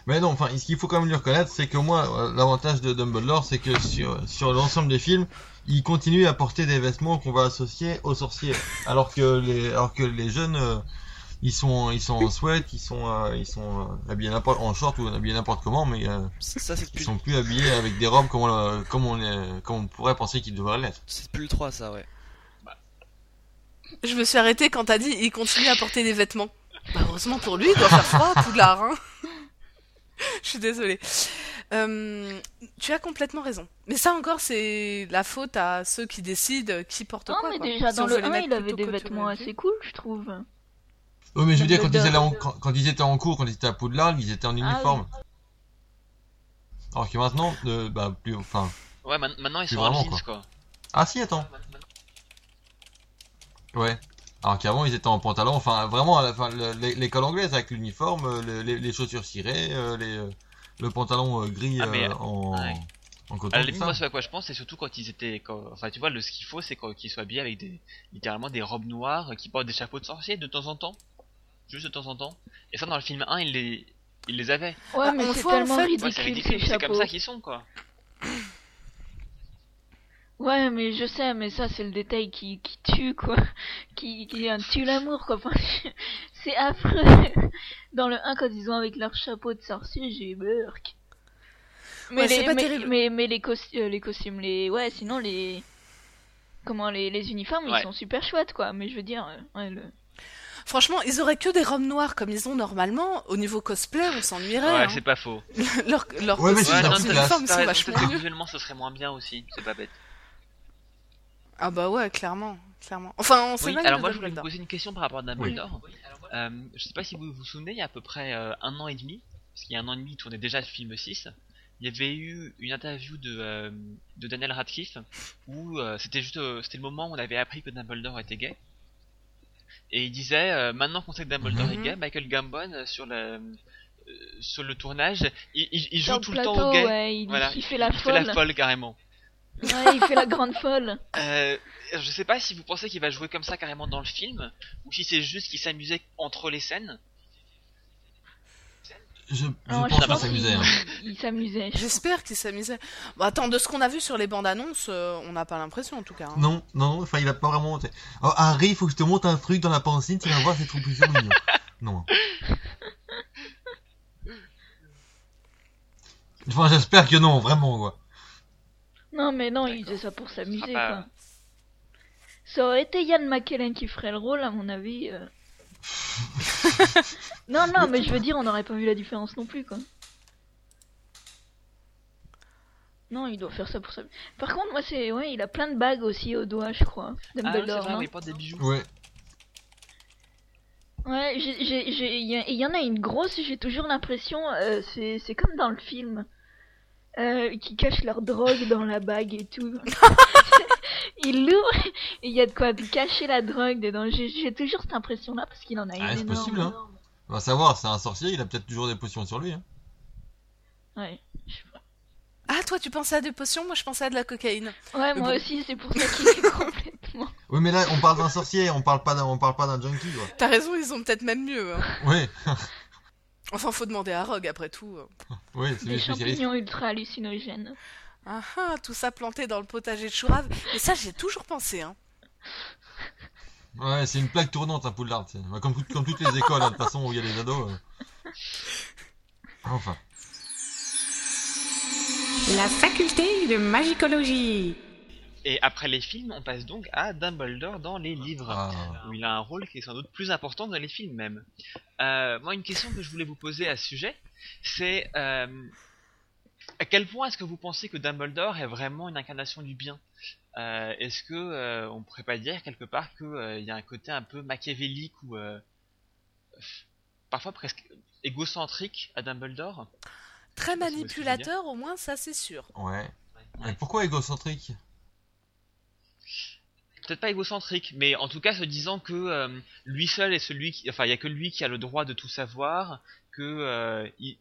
Speaker 5: Mais non, enfin, ce qu'il faut quand même lui reconnaître, c'est qu'au moins, euh, l'avantage de Dumbledore, c'est que sur, sur l'ensemble des films, il continue à porter des vêtements qu'on va associer aux sorciers. Alors que les, alors que les jeunes, euh, ils sont, ils sont en sweat, ils sont, euh, ils sont euh, habillés n'importe, en short ou habillés n'importe comment, mais euh,
Speaker 6: Ça, c'est
Speaker 5: ils
Speaker 6: depuis,
Speaker 5: sont plus habillés avec des robes comme on, l'a- comme on, les- comme on pourrait penser qu'ils devraient l'être.
Speaker 6: c'est depuis le 3, ça, ouais.
Speaker 3: Je me suis arrêtée quand t'as dit il continue à porter des vêtements. Bah, heureusement pour lui, il doit faire froid à Poudlard. Hein Je suis désolée. Euh, tu as complètement raison. Mais ça encore, c'est la faute à ceux qui décident qui porte
Speaker 4: Non,
Speaker 3: quoi.
Speaker 4: mais
Speaker 3: quoi.
Speaker 4: déjà,
Speaker 3: Si
Speaker 4: dans
Speaker 3: on veut
Speaker 4: le
Speaker 3: les
Speaker 4: 1,
Speaker 3: mettre
Speaker 4: il avait
Speaker 3: plutôt
Speaker 4: des
Speaker 3: que tout
Speaker 4: vêtements
Speaker 3: le
Speaker 4: assez cool, je trouve.
Speaker 3: Ah,
Speaker 5: Oui, mais je veux dire, quand ils,
Speaker 4: Dumbledore.
Speaker 5: allaient en- quand, quand ils étaient en cours, quand ils étaient à Poudlard, ils étaient en uniforme. Alors que maintenant, euh, bah, plus, enfin,
Speaker 2: Ouais, man- maintenant ils
Speaker 5: Plus
Speaker 2: sont en
Speaker 5: vraiment,
Speaker 2: jeans, quoi.
Speaker 5: ah si, attends. Ouais. Alors qu'avant ils étaient en pantalon, enfin vraiment à la fin, le- les- l'école anglaise avec l'uniforme, euh, le- les, les chaussures cirées, euh, les, euh, le pantalon euh, gris
Speaker 2: Ah, mais,
Speaker 5: euh, en,
Speaker 2: ouais.
Speaker 5: en coton.
Speaker 2: À la
Speaker 5: tout
Speaker 2: limite,
Speaker 5: ça.
Speaker 2: moi, ce à quoi je pense, c'est surtout quand ils étaient. quand- Enfin, tu vois, le, ce qu'il faut, c'est quand- qu'ils soient habillés avec des, littéralement des robes noires euh, qui portent des chapeaux de sorciers de temps en temps. Juste de temps en temps. Et ça, dans le film 1, ils les, ils les avaient.
Speaker 4: Ouais,
Speaker 3: Ah,
Speaker 4: mais
Speaker 3: on
Speaker 4: c'est
Speaker 3: voit, en
Speaker 4: tellement
Speaker 3: fait-
Speaker 2: Ouais, c'est
Speaker 4: ridicule,
Speaker 2: ridicule,
Speaker 4: ces
Speaker 2: mais c'est comme
Speaker 4: chapeaux.
Speaker 2: ça qu'ils sont, quoi.
Speaker 4: Ouais, mais je sais, mais ça, c'est le détail qui, qui tue, quoi. Qui, qui est un tue l'amour, quoi. Enfin, c'est affreux. Dans le 1, quand ils ont avec leur chapeau de sorcier, j'ai eu burk. Mais,
Speaker 3: Ouais, c'est
Speaker 4: les,
Speaker 3: pas
Speaker 4: mais,
Speaker 3: terrible.
Speaker 4: mais, mais les, cos- euh, les costumes, les. Ouais, sinon, les. Comment, les, les uniformes,
Speaker 2: Ouais.
Speaker 4: ils sont super chouettes, quoi. Mais je veux dire, euh, ouais, le-
Speaker 3: truc. Franchement, ils auraient que des robes noires comme ils ont normalement. Au niveau cosplay, on s'ennuierait.
Speaker 2: Ouais,
Speaker 3: hein.
Speaker 2: c'est pas faux.
Speaker 3: Leur, leur
Speaker 5: Ouais, mais
Speaker 3: costume,
Speaker 5: c'est
Speaker 3: leurs
Speaker 5: leur classe.
Speaker 3: uniformes
Speaker 2: t'as
Speaker 3: sont
Speaker 2: raison,
Speaker 3: vachement
Speaker 2: peut-être que
Speaker 3: mieux.
Speaker 2: visuellement, ce serait moins bien aussi. C'est pas bête.
Speaker 3: Ah bah ouais, clairement, clairement. Enfin, on sait
Speaker 2: Oui,
Speaker 3: pas.
Speaker 2: alors moi je voulais vous poser une question par rapport à Dumbledore. Euh, je sais pas si vous vous souvenez, il y a à peu près euh, un an et demi, parce qu'il y a un an et demi, il tournait déjà le film 6. Il y avait eu une interview de, euh, de Daniel Radcliffe où euh, c'était juste euh, c'était le moment où on avait appris que Dumbledore était gay. Et il disait, euh, maintenant qu'on sait que Dumbledore
Speaker 5: Mhm.
Speaker 2: est gay, Michael Gambon, euh, sur le, euh, sur le tournage, il, il- il joue
Speaker 4: Sur
Speaker 2: tout
Speaker 4: le
Speaker 2: le temps
Speaker 4: plateau,
Speaker 2: au gay.
Speaker 4: ouais, il,
Speaker 2: Voilà.
Speaker 4: il fait la
Speaker 2: il
Speaker 4: folle.
Speaker 2: fait la folle carrément.
Speaker 4: Ouais, il fait la grande folle.
Speaker 2: Euh, je sais pas si vous pensez qu'il va jouer comme ça carrément dans le film, ou si c'est juste qu'il s'amusait entre les scènes.
Speaker 5: Je, je
Speaker 4: Non,
Speaker 5: pense
Speaker 2: je
Speaker 5: pas
Speaker 2: pense
Speaker 5: s'amuser.
Speaker 4: qu'il-
Speaker 5: hein.
Speaker 4: Il s'amusait. je pense.
Speaker 3: J'espère qu'il s'amusait. Bon, attends, de ce qu'on a vu sur les bandes annonces, euh, on n'a pas l'impression en tout cas. hein.
Speaker 5: Non, non, non, enfin, il a pas vraiment. Oh, Harry, il faut que je te montre un truc dans la pensine, tu vas voir, c'est trop plus sûr, mignon. Non. hein. Enfin, j'espère que non, vraiment, quoi.
Speaker 4: Non, mais non, il faisait ça pour s'amuser,
Speaker 2: Ah bah.
Speaker 4: quoi. Ça aurait été Yann McKellen qui ferait le rôle, à mon avis. euh. non, non, mais je veux dire, on n'aurait pas vu la différence non plus, quoi. Non, il doit faire ça pour s'amuser. Par contre, moi, c'est. Ouais, il a plein de bagues aussi au doigt, je crois.
Speaker 2: Ah oui, c'est
Speaker 4: Dumbledore.
Speaker 2: vrai,
Speaker 4: non
Speaker 2: oui, il porte des bijoux.
Speaker 5: Ouais.
Speaker 4: Ouais, j'ai- j'ai- j'ai- il y, a- il y en a une grosse, j'ai toujours l'impression, euh, c'est c'est comme dans le film, euh, qui cachent leur drogue dans la bague et tout. il l'ouvre, et il y a de quoi cacher la drogue dedans. J'ai j'ai toujours cette impression-là parce qu'il en a une
Speaker 5: Ah, c'est
Speaker 4: énorme.
Speaker 5: possible, hein.
Speaker 4: énorme.
Speaker 5: On va savoir, c'est un sorcier, il a peut-être toujours des potions sur lui. Hein.
Speaker 4: Ouais,
Speaker 3: Ah, toi, tu pensais à des potions, moi je pensais à de la cocaïne.
Speaker 4: ouais
Speaker 3: Mais
Speaker 4: moi
Speaker 3: bon.
Speaker 4: aussi, c'est pour ça qu'il est complètement.
Speaker 5: Oui, mais là, on parle d'un sorcier, on parle pas d'un, on parle pas d'un junkie, quoi.
Speaker 3: T'as raison, ils ont peut-être même mieux. hein.
Speaker 5: Oui,
Speaker 3: Enfin, faut demander à Rogue après tout. hein.
Speaker 5: oui, c'est
Speaker 4: Des
Speaker 5: lui spécialiste.
Speaker 4: champignons ultra hallucinogènes.
Speaker 3: Ah ah, tout ça planté dans le potager de Chourave. Et ça, j'ai toujours pensé. Hein.
Speaker 5: Ouais, c'est une plaque tournante, un Poudlard. tu sais. Bah, Comme, tout- comme toutes les écoles, hein, de toute façon, où il y a des ados. euh. Enfin.
Speaker 1: La faculté de magicologie.
Speaker 2: Et après les films, on passe donc à Dumbledore dans les livres.
Speaker 5: Ah.
Speaker 2: où il a un rôle qui est sans doute plus important que dans les films même. Euh, moi, une question que je voulais vous poser à ce sujet, c'est euh, à quel point est-ce que vous pensez que Dumbledore est vraiment une incarnation du bien Euh, Est-ce que euh, on pourrait pas dire quelque part que euh, il y a un côté un peu machiavélique ou euh, parfois presque égocentrique à Dumbledore
Speaker 3: Très
Speaker 2: pas si vous voyez ce que je veux dire.
Speaker 3: manipulateur, au moins, ça c'est sûr.
Speaker 5: Ouais. Mais pourquoi égocentrique
Speaker 2: peut-être pas égocentrique, mais en tout cas se disant que euh, lui seul est celui qui, enfin, il y a que lui qui a le droit de tout savoir, que euh, il-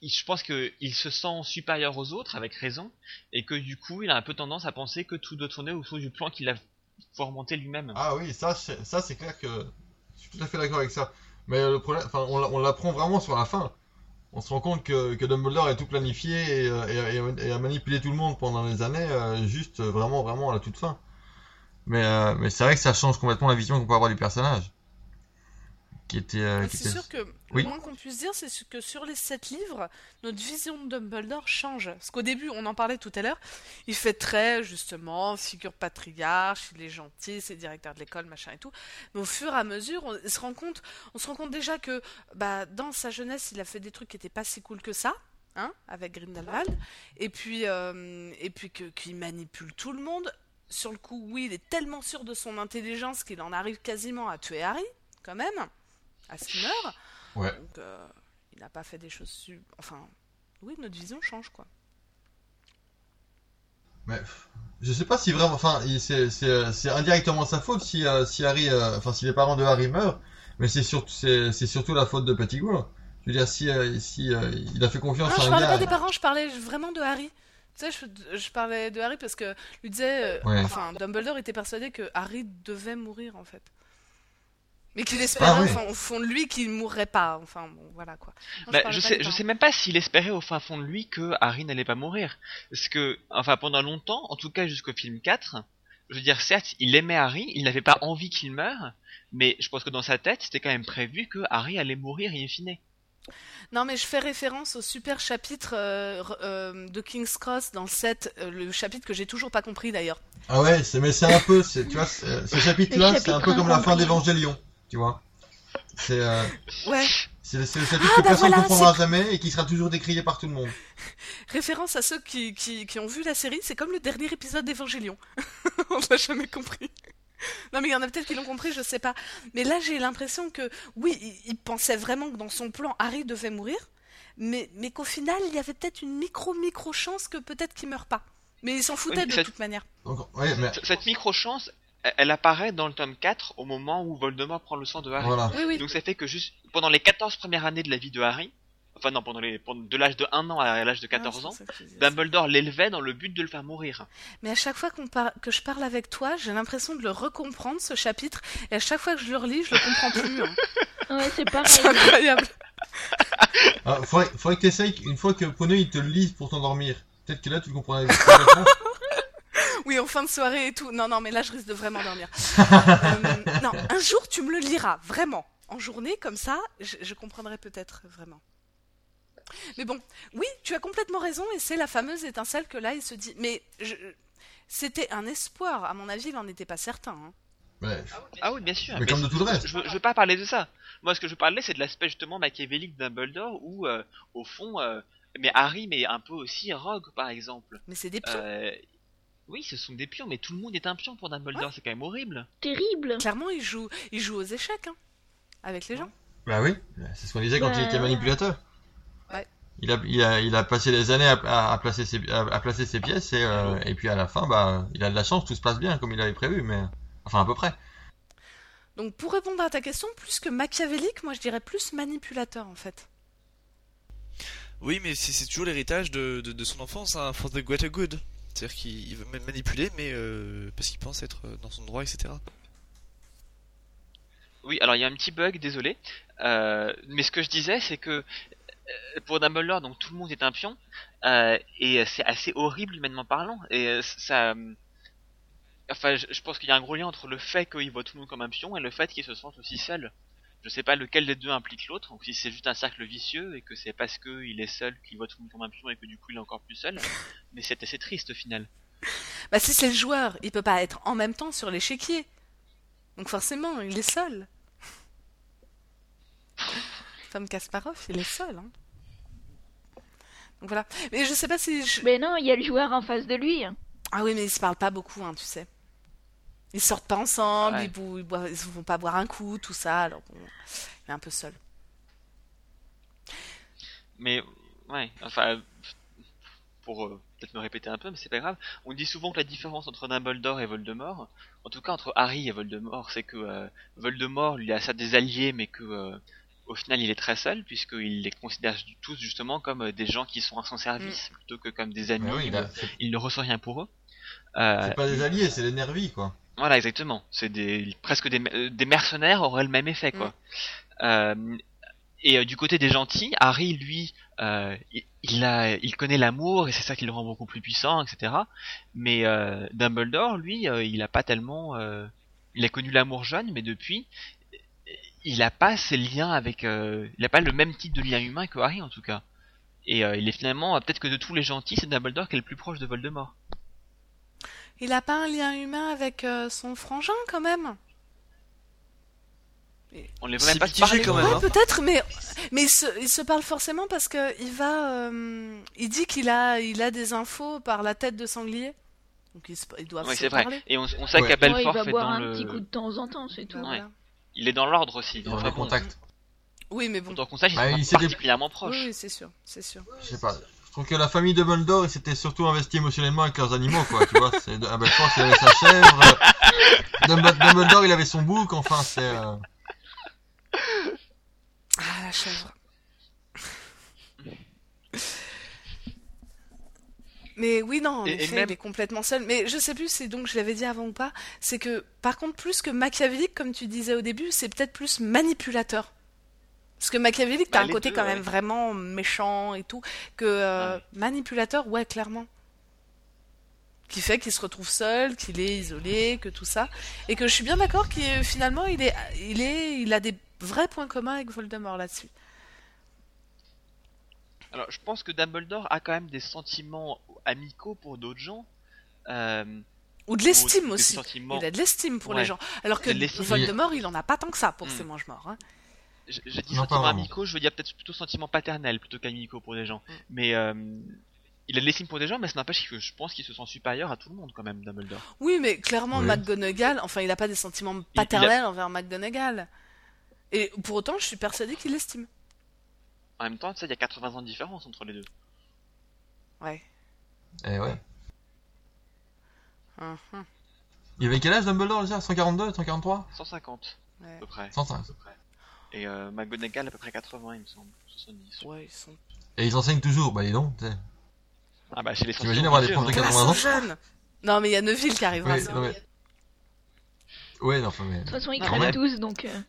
Speaker 2: il- je pense que il se sent supérieur aux autres avec raison, et que du coup, il a un peu tendance à penser que tout doit tourner autour du plan qu'il a formanté lui-même.
Speaker 5: Ah oui, ça, c'est- ça c'est clair que je suis tout à fait d'accord avec ça. Mais euh, le problème, enfin, on, l'a- on l'apprend vraiment sur la fin. On se rend compte que, que Dumbledore a tout planifié et, euh, et a- et a- et a manipulé tout le monde pendant des années, euh, juste euh, vraiment, vraiment à la toute fin. Mais, euh, mais c'est vrai que ça change complètement la vision qu'on peut avoir du personnage. Qui était. euh, qui
Speaker 3: Bah, c'est
Speaker 5: était-
Speaker 3: sûr que
Speaker 5: Oui.
Speaker 3: le moins qu'on puisse dire, c'est que sur les sept livres, notre vision de Dumbledore change. Parce qu'au début, on en parlait tout à l'heure, il fait très, justement, figure patriarche, il est gentil, c'est directeur de l'école, machin et tout. Mais au fur et à mesure, on il se rend compte, on se rend compte déjà que bah, dans sa jeunesse, il a fait des trucs qui n'étaient pas si cool que ça. Hein, avec Grindelwald, et puis, euh, et puis que- qu'il manipule tout le monde. Sur le coup, oui, il est tellement sûr de son intelligence qu'il en arrive quasiment à tuer Harry, quand même à ce qu'il meure.
Speaker 5: Ouais.
Speaker 3: Donc, euh, il n'a pas fait des choses. sub- Enfin, oui, notre vision change, quoi.
Speaker 5: Mais, pff, je sais pas si vraiment, enfin, il- c'est c'est, euh, c'est indirectement sa faute si, euh, si Harry, euh, enfin, si les parents de Harry meurent, mais c'est surtout c'est c'est surtout la faute de Petit Je veux dire, si euh, si euh, il a fait
Speaker 3: Non,
Speaker 5: confiance à
Speaker 3: je
Speaker 5: un
Speaker 3: parlais
Speaker 5: gars-
Speaker 3: pas des parents, je parlais vraiment de Harry. Tu sais, je, je parlais de Harry parce que lui disait. euh,
Speaker 5: Ouais.
Speaker 3: Enfin, Dumbledore était persuadé que Harry devait mourir, en fait. Mais qu'il espérait,
Speaker 5: Ah ouais.
Speaker 3: enfin, au fond de lui, qu'il mourrait pas. Enfin, bon, voilà, quoi. Non,
Speaker 2: Bah,
Speaker 3: parlais
Speaker 2: je
Speaker 3: pas
Speaker 2: sais,
Speaker 3: des
Speaker 2: je
Speaker 3: parents.
Speaker 2: sais même pas s'il espérait au fin fond de lui que Harry n'allait pas mourir. Parce que, enfin, pendant longtemps, en tout cas jusqu'au film 4, je veux dire, certes, il aimait Harry, il n'avait pas envie qu'il meure, mais je pense que dans sa tête, c'était quand même prévu que Harry allait mourir in fine.
Speaker 3: Non, mais je fais référence au super chapitre euh, re- euh, de King's Cross dans le 7, euh, le chapitre que j'ai toujours pas compris d'ailleurs.
Speaker 5: Ah ouais, c'est- mais c'est un peu, c'est- tu vois, c'est- ce chapitre-là,
Speaker 4: Le
Speaker 5: c'est un
Speaker 4: chapitre
Speaker 5: peu comme la fin
Speaker 4: incompris.
Speaker 5: d'Évangélion, tu vois. C'est euh,
Speaker 3: Ouais.
Speaker 5: c'est le c'est le chapitre
Speaker 3: Ah,
Speaker 5: que
Speaker 3: bah
Speaker 5: personne ne
Speaker 3: voilà,
Speaker 5: comprendra jamais et qui sera toujours décrié par tout le monde.
Speaker 3: Référence à ceux qui, qui, qui ont vu la série, c'est comme le dernier épisode d'Evangélion. On l'a jamais compris. Non mais il y en a peut-être qui l'ont compris, je sais pas. Mais là j'ai l'impression que oui, il, il pensait vraiment que dans son plan Harry devait mourir, mais, mais qu'au final il y avait peut-être une micro micro chance que peut-être qu'il meure pas. Mais il s'en foutait
Speaker 2: mais
Speaker 3: de
Speaker 2: ça-
Speaker 3: toute manière.
Speaker 5: Donc, ouais, mais
Speaker 2: Cette micro-chance, e-, elle apparaît dans le tome 4 au moment où Voldemort prend le sang de Harry.
Speaker 5: Voilà.
Speaker 3: Oui, oui.
Speaker 2: Donc ça fait que juste pendant les 14 premières années de la vie de Harry, enfin non, pendant les pendant- de l'âge de 1 an à l'âge de 14
Speaker 3: Ah,
Speaker 2: ans, Bah,
Speaker 3: c'est pour ça que je disais ça.
Speaker 2: Dumbledore l'élevait dans le but de le faire mourir.
Speaker 3: Mais à chaque fois qu'on par- que je parle avec toi, j'ai l'impression de le recomprendre ce chapitre, et à chaque fois que je le relis, je le comprends plus. hein.
Speaker 4: Ouais, c'est
Speaker 3: C'est
Speaker 4: pareil.
Speaker 3: incroyable.
Speaker 5: Ah, faudrait, faudrait que t'essayes, une fois que Prono il te le lise pour t'endormir. Peut-être que là tu le comprendras complètement.
Speaker 3: Oui, en fin de soirée et tout. Non, non, mais là, je risque de vraiment dormir. Euh, non, un jour, tu me le liras, vraiment. En journée, comme ça, je, je comprendrai peut-être, vraiment. Mais bon, oui, tu as complètement raison, et c'est la fameuse étincelle que là, il se dit. Mais je- c'était un espoir, à mon avis, il n'en était pas certain. hein.
Speaker 5: Ouais.
Speaker 2: Ah oui, bien sûr.
Speaker 5: Mais comme de tout le reste.
Speaker 2: Je, veux- je veux pas parler de ça. Moi, ce que je parlais, c'est de l'aspect justement machiavélique de Dumbledore où, euh, au fond, euh, mais Harry, mais un peu aussi Rogue, par exemple.
Speaker 3: Mais c'est des pions,
Speaker 2: Euh, oui, ce sont des pions, mais tout le monde est un pion pour Dumbledore, c'est quand même horrible.
Speaker 4: Terrible.
Speaker 3: clairement, il joue, il joue aux échecs, hein, avec les gens.
Speaker 5: Bah oui, c'est ce qu'on disait quand il
Speaker 4: Bah,
Speaker 5: était manipulateur.
Speaker 3: Ouais.
Speaker 5: Il a, il, a, il a passé des années à, à- à placer, ses, à, à placer ses pièces et, euh, et puis à la fin, bah, il a de la chance, tout se passe bien comme il avait prévu, mais enfin à peu près.
Speaker 3: Donc pour répondre à ta question, plus que machiavélique, moi je dirais plus manipulateur en fait.
Speaker 6: Oui, mais c'est c'est toujours l'héritage de, de, de son enfance, hein, for the greater good. C'est-à-dire qu'il il veut ma- manipuler, mais euh, parce qu'il pense être euh, dans son droit, etc.
Speaker 2: Oui, alors il y a un petit bug, désolé. Euh, mais ce que je disais, c'est que euh, pour Dumbledore, donc tout le monde est un pion, euh, et c'est assez horrible humainement parlant. Et euh, ça, euh, enfin, je, je pense qu'il y a un gros lien entre le fait qu'il voit tout le monde comme un pion et le fait qu'il se sente aussi seul. Je sais pas lequel des deux implique l'autre, ou si c'est juste un cercle vicieux et que c'est parce qu'il est seul qu'il voit tout le monde comme un pion et que du coup il est encore plus seul. Mais c'est assez triste au final.
Speaker 3: Bah si c'est le joueur, il peut pas être en même temps sur l'échiquier. Donc forcément, il est seul. Comme Kasparov, il est seul. hein. Donc voilà. Mais je sais pas si... je-
Speaker 4: Mais Ben non, il y a le joueur en face de lui. hein.
Speaker 3: Ah oui, mais ils se parlent pas beaucoup, hein, tu sais. Ils sortent pas ensemble,
Speaker 2: Ouais.
Speaker 3: ils, bou- ils boivent- ils se vont pas boire un coup, tout ça. Alors bon, il est un peu seul.
Speaker 2: Mais ouais, enfin, pour euh, peut-être me répéter un peu, mais c'est pas grave. On dit souvent que la différence entre Dumbledore et Voldemort, en tout cas entre Harry et Voldemort, c'est que euh, Voldemort lui a ça des alliés, mais que euh, au final il est très seul puisqu'il les considère ju- tous justement comme euh, des gens qui sont à son service plutôt que comme des amis.
Speaker 5: Mais oui, il a-
Speaker 2: où
Speaker 5: c'est
Speaker 2: il ne ressent rien pour eux. Euh,
Speaker 5: c'est pas des alliés, c'est des nervis quoi.
Speaker 2: voilà, exactement. C'est des presque des, euh, des mercenaires auraient le même effet, quoi. Euh, et euh, du côté des gentils, Harry, lui, euh, il, il a, il connaît l'amour et c'est ça qui le rend beaucoup plus puissant, etc. Mais euh, Dumbledore, lui, euh, il a pas tellement, euh, il a connu l'amour jeune, mais depuis, il a pas ces liens avec, euh, il a pas le même type de lien humain que Harry en tout cas. Et euh, il est finalement, euh, peut-être que de tous les gentils, c'est Dumbledore qui est le plus proche de Voldemort.
Speaker 3: Il a pas un lien humain avec euh, son frangin quand même
Speaker 2: On les voit
Speaker 6: C'est
Speaker 2: même pas se
Speaker 6: mitigé
Speaker 2: parler,
Speaker 6: quand
Speaker 2: quoi.
Speaker 6: même,
Speaker 3: Ouais,
Speaker 6: hein.
Speaker 3: Ah, peut-être, mais mais il se, il se parle forcément parce que il va, euh, il dit qu'il a, il a des infos par la tête de sanglier, donc ils, se- ils doivent
Speaker 2: Oui,
Speaker 3: se
Speaker 2: c'est vrai.
Speaker 3: parler.
Speaker 2: Et on, on sait qu'à
Speaker 4: Ouais, il va
Speaker 2: Belfort est
Speaker 4: boire
Speaker 2: dans
Speaker 4: un petit
Speaker 2: le.
Speaker 4: coup de temps en temps, c'est tout.
Speaker 3: Bah,
Speaker 2: Ouais.
Speaker 3: voilà.
Speaker 2: Il est dans l'ordre aussi.
Speaker 5: Dans
Speaker 2: Enfin
Speaker 5: les
Speaker 2: bon,
Speaker 5: contacts.
Speaker 3: Oui, mais bon,
Speaker 2: Autant qu'on sache, ils
Speaker 5: Bah,
Speaker 2: sont
Speaker 5: il s'est dé-
Speaker 2: particulièrement proches.
Speaker 3: oui, oui, c'est sûr, c'est sûr.
Speaker 5: Je sais pas. Je trouve que la famille de Dumbledore, ils s'étaient surtout investis émotionnellement avec leurs animaux quoi. tu vois, c'est ah bah, à Belfort il avait sa chèvre, euh, Dumb- Dumbledore il avait son bouc, enfin c'est. euh,
Speaker 3: Ah la chèvre. Mais oui, non, en
Speaker 2: Et- et
Speaker 3: effet,
Speaker 2: même-
Speaker 3: il est complètement seul. Mais je sais plus si donc je l'avais dit avant ou pas, c'est que par contre, plus que machiavélique, comme tu disais au début, c'est peut-être plus manipulateur. Parce que machiavélique,
Speaker 2: Bah,
Speaker 3: t'as un
Speaker 2: les
Speaker 3: côté
Speaker 2: deux,
Speaker 3: quand
Speaker 2: ouais. Ah
Speaker 3: même vraiment méchant et tout, que euh,
Speaker 2: Ouais.
Speaker 3: manipulateur, ouais, clairement. Qui fait qu'il se retrouve seul, qu'il est isolé, que tout ça. Et que je suis bien d'accord qu'il finalement, il, est, il, est, il a des vrais points communs avec Voldemort là-dessus.
Speaker 2: Alors, je pense que Dumbledore a quand même des sentiments amicaux pour d'autres gens. Euh,
Speaker 3: Ou de
Speaker 2: ou
Speaker 3: l'estime
Speaker 2: des
Speaker 3: aussi.
Speaker 2: sentiments-
Speaker 3: Il a de l'estime pour
Speaker 2: Ouais.
Speaker 3: les gens. Alors que
Speaker 2: De l'estime.
Speaker 3: Voldemort, il en a pas tant que ça pour
Speaker 2: Mm.
Speaker 3: ses mange-morts. hein.
Speaker 2: J'ai j'ai dit
Speaker 5: Non, pas
Speaker 2: sentiments
Speaker 5: vraiment.
Speaker 2: amicaux, je veux dire peut-être plutôt sentiments paternels plutôt qu'amicaux pour les gens.
Speaker 3: Mm.
Speaker 2: Mais euh, il a de l'estime pour des gens, mais ça n'empêche que je pense qu'il se sent supérieur à tout le monde quand même, Dumbledore.
Speaker 3: Oui, mais clairement,
Speaker 5: Oui.
Speaker 3: McGonagall, enfin, il a pas des sentiments
Speaker 2: il a-
Speaker 3: paternels envers McGonagall. Et pour autant, je suis persuadée qu'il l'estime.
Speaker 2: En même temps, tu sais, il y a 80 ans de différence entre les deux.
Speaker 3: Ouais.
Speaker 5: Eh ouais.
Speaker 3: Hum, hum.
Speaker 5: Il y avait quel âge Dumbledore déjà 142, 143
Speaker 2: 150 à
Speaker 3: Ouais.
Speaker 2: peu près.
Speaker 5: 105.
Speaker 2: Et euh, McGonagall à peu près 80, il me semble. 70.
Speaker 3: Ouais, ils sont
Speaker 5: Et ils enseignent toujours, bah dis donc, tu sais.
Speaker 2: Ah bah chez les
Speaker 5: T'imagines
Speaker 2: sorciers,
Speaker 5: avoir
Speaker 2: on
Speaker 5: des
Speaker 2: est
Speaker 5: profs de
Speaker 2: sûr, hein.
Speaker 3: Ils
Speaker 5: 80
Speaker 3: sont
Speaker 5: ans
Speaker 3: jeunes. Non, mais il y a Neville qui arrivera.
Speaker 5: Ouais, non, mais... Ouais, non, enfin, mais...
Speaker 4: toute façon, ils
Speaker 2: Non,
Speaker 4: crèvent
Speaker 2: mais-
Speaker 4: tous, donc... euh,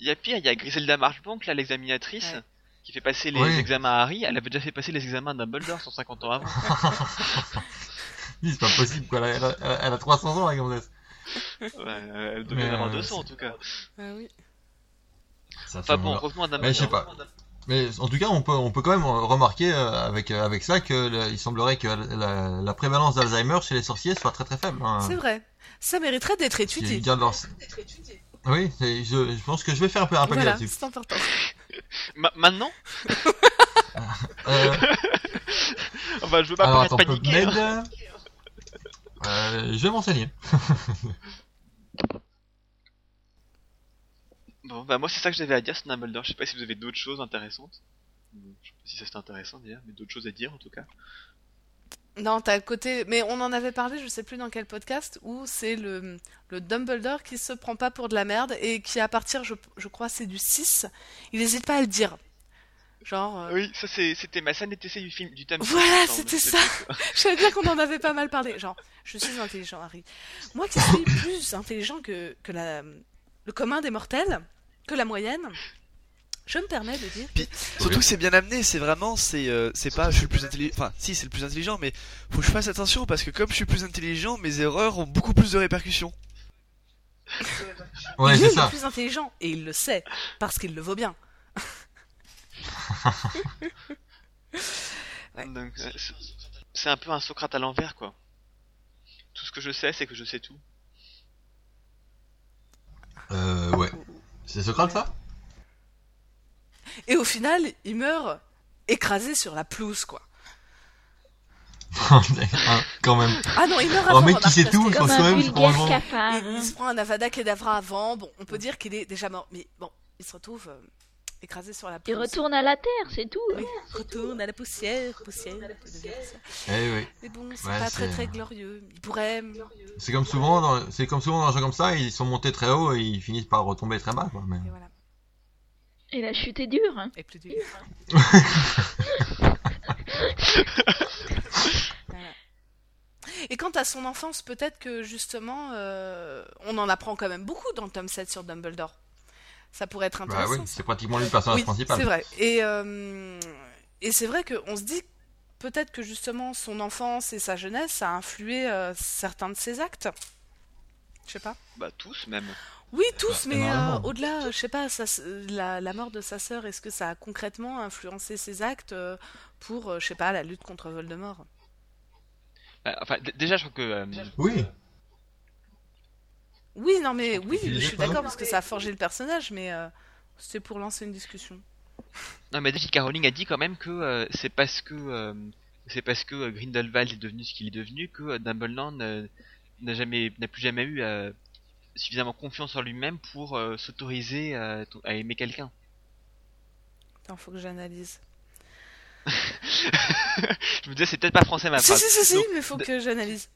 Speaker 2: Il y a pire, il y a Griselda Marchbank, là, l'examinatrice,
Speaker 3: Ouais.
Speaker 2: qui fait passer les
Speaker 5: Oui.
Speaker 2: examens à Harry. Elle avait déjà fait passer les examens à Dumbledore 150 ans avant.
Speaker 5: Oui, c'est pas possible, quoi. Elle a, elle a- elle a 300 ans, la gonzesse.
Speaker 2: Ouais, euh, elle devait en
Speaker 5: Mais,
Speaker 2: avoir
Speaker 5: euh,
Speaker 2: 200 en
Speaker 5: c'est-
Speaker 2: tout cas.
Speaker 3: Ah oui.
Speaker 5: Ça fait
Speaker 2: Enfin bon,
Speaker 5: vouloir.
Speaker 2: revenons à Dumbledore.
Speaker 5: Mais je sais pas. Mais en tout cas, on peut, on peut quand même remarquer euh, avec, euh, avec ça que le- il semblerait que la- la, la prévalence d'Alzheimer chez les sorciers soit très très faible.
Speaker 2: Ah.
Speaker 5: hein.
Speaker 3: C'est vrai. Ça mériterait d'être
Speaker 5: Qui
Speaker 3: étudié.
Speaker 5: gardent leur- Oui, c'est- je, je pense que je vais faire un peu un papier
Speaker 3: Voilà,
Speaker 5: là-dessus.
Speaker 3: c'est important.
Speaker 2: Ma- maintenant
Speaker 5: Euh,
Speaker 2: Enfin, je veux pas
Speaker 5: alors
Speaker 2: paraître
Speaker 5: attends,
Speaker 2: paniqué.
Speaker 5: PubMed.
Speaker 2: hein.
Speaker 5: euh, euh, je vais m'enseigner.
Speaker 2: Bon, bah moi c'est ça que j'avais à dire sur Dumbledore. Je sais pas si vous avez d'autres choses intéressantes. Bon, Je sais pas si ça c'est intéressant d'ailleurs, mais d'autres choses à dire en tout cas.
Speaker 3: Non, t'as le côté. Mais on en avait parlé, je sais plus dans quel podcast, où c'est le, le Dumbledore qui se prend pas pour de la merde et qui, à partir, je, je crois, c'est du 6, il hésite pas à le dire. Genre. euh,
Speaker 2: Oui, ça c'est- c'était ma scène d'essai du film du thème.
Speaker 3: Voilà,
Speaker 2: il me semble.
Speaker 3: c'était ça. Je savais bien qu'on en avait pas mal parlé. Genre, je suis intelligent, Harry. Moi qui suis plus intelligent que, que la, le commun des mortels, que la moyenne, je me permets de dire.
Speaker 6: Surtout que c'est bien amené, c'est vraiment, c'est euh, c'est pas je suis le plus intelligent, enfin si c'est le plus intelligent, mais faut que je fasse attention parce que comme je suis plus intelligent, mes erreurs ont beaucoup plus de répercussions.
Speaker 5: Ouais,
Speaker 3: il
Speaker 5: c'est
Speaker 3: est le
Speaker 5: ça.
Speaker 3: plus intelligent et il le sait parce qu'il le vaut bien.
Speaker 2: Donc, euh, c'est- c'est un peu un Socrate à l'envers quoi. Tout ce que je sais, c'est que je sais tout.
Speaker 5: Euh, ouais. C'est Socrate ça
Speaker 3: Et au final, il meurt écrasé sur la pelouse, quoi.
Speaker 5: Hein, Quand même.
Speaker 3: Ah non, il meurt
Speaker 5: Un
Speaker 3: avant.
Speaker 5: mec Oh, qui sait
Speaker 3: remarque,
Speaker 5: tout,
Speaker 4: Comme
Speaker 5: je pense
Speaker 3: parce que-
Speaker 5: quand
Speaker 4: un
Speaker 5: même, je
Speaker 4: vulgaire
Speaker 5: comprends.
Speaker 4: cafard.
Speaker 3: Il, il
Speaker 2: Mm-hmm.
Speaker 3: se prend un Avada Kedavra avant. Bon, on peut dire qu'il est déjà mort, mais bon, il se retrouve euh, écrasé sur la
Speaker 4: Il
Speaker 3: pelouse.
Speaker 4: retourne à la Terre, c'est tout.
Speaker 3: Oui, retourne à la poussière, poussière, poussière.
Speaker 5: Eh oui.
Speaker 3: Mais bon, c'est
Speaker 5: Ouais,
Speaker 3: pas très
Speaker 5: c'est-
Speaker 3: très glorieux. Il pourrait.
Speaker 5: C'est comme souvent, dans, c'est comme souvent dans un jeu comme ça, ils sont montés très haut et ils finissent par retomber très bas, quoi. Mais...
Speaker 3: Et voilà.
Speaker 4: Et la chute est dure. hein.
Speaker 3: Et plus dur. Voilà. Et quant à son enfance, peut-être que justement, euh, on en apprend quand même beaucoup dans le tome 7 sur Dumbledore. Ça pourrait être
Speaker 5: Bah
Speaker 3: intéressant.
Speaker 5: oui,
Speaker 3: ça.
Speaker 5: c'est pratiquement lui le personnage
Speaker 3: Oui,
Speaker 5: principal.
Speaker 3: C'est vrai. Et, euh, et c'est vrai qu'on se dit peut-être que justement son enfance et sa jeunesse ça a influé euh, certains de ses actes. Je sais pas.
Speaker 2: Bah tous même.
Speaker 3: Oui, tous, mais euh,
Speaker 5: énormément.
Speaker 3: au-delà, je sais pas, sa- la, la mort de sa sœur, est-ce que ça a concrètement influencé ses actes euh, pour, euh, je sais pas, la lutte contre Voldemort
Speaker 2: Bah, enfin, d- déjà je crois que euh,
Speaker 5: Oui.
Speaker 3: Oui, non, mais oui,
Speaker 5: Tu
Speaker 3: je
Speaker 5: disais
Speaker 3: suis
Speaker 5: pas
Speaker 3: d'accord parce que ça a forgé le personnage, mais euh, c'était pour lancer une discussion.
Speaker 2: Non, mais J.K. Rowling a dit quand même que euh, c'est parce que euh, c'est parce que euh, Grindelwald est devenu ce qu'il est devenu que euh, Dumbledore ne- n'a jamais n'a plus jamais eu euh, suffisamment confiance en lui-même pour euh, s'autoriser euh, to- à aimer quelqu'un.
Speaker 3: Attends, faut que j'analyse.
Speaker 2: Je me disais c'est peut-être pas français ma
Speaker 3: Si,
Speaker 2: phrase.
Speaker 3: si, si, si,
Speaker 2: Bah, Donc,
Speaker 3: mais faut
Speaker 2: de-
Speaker 3: que j'analyse.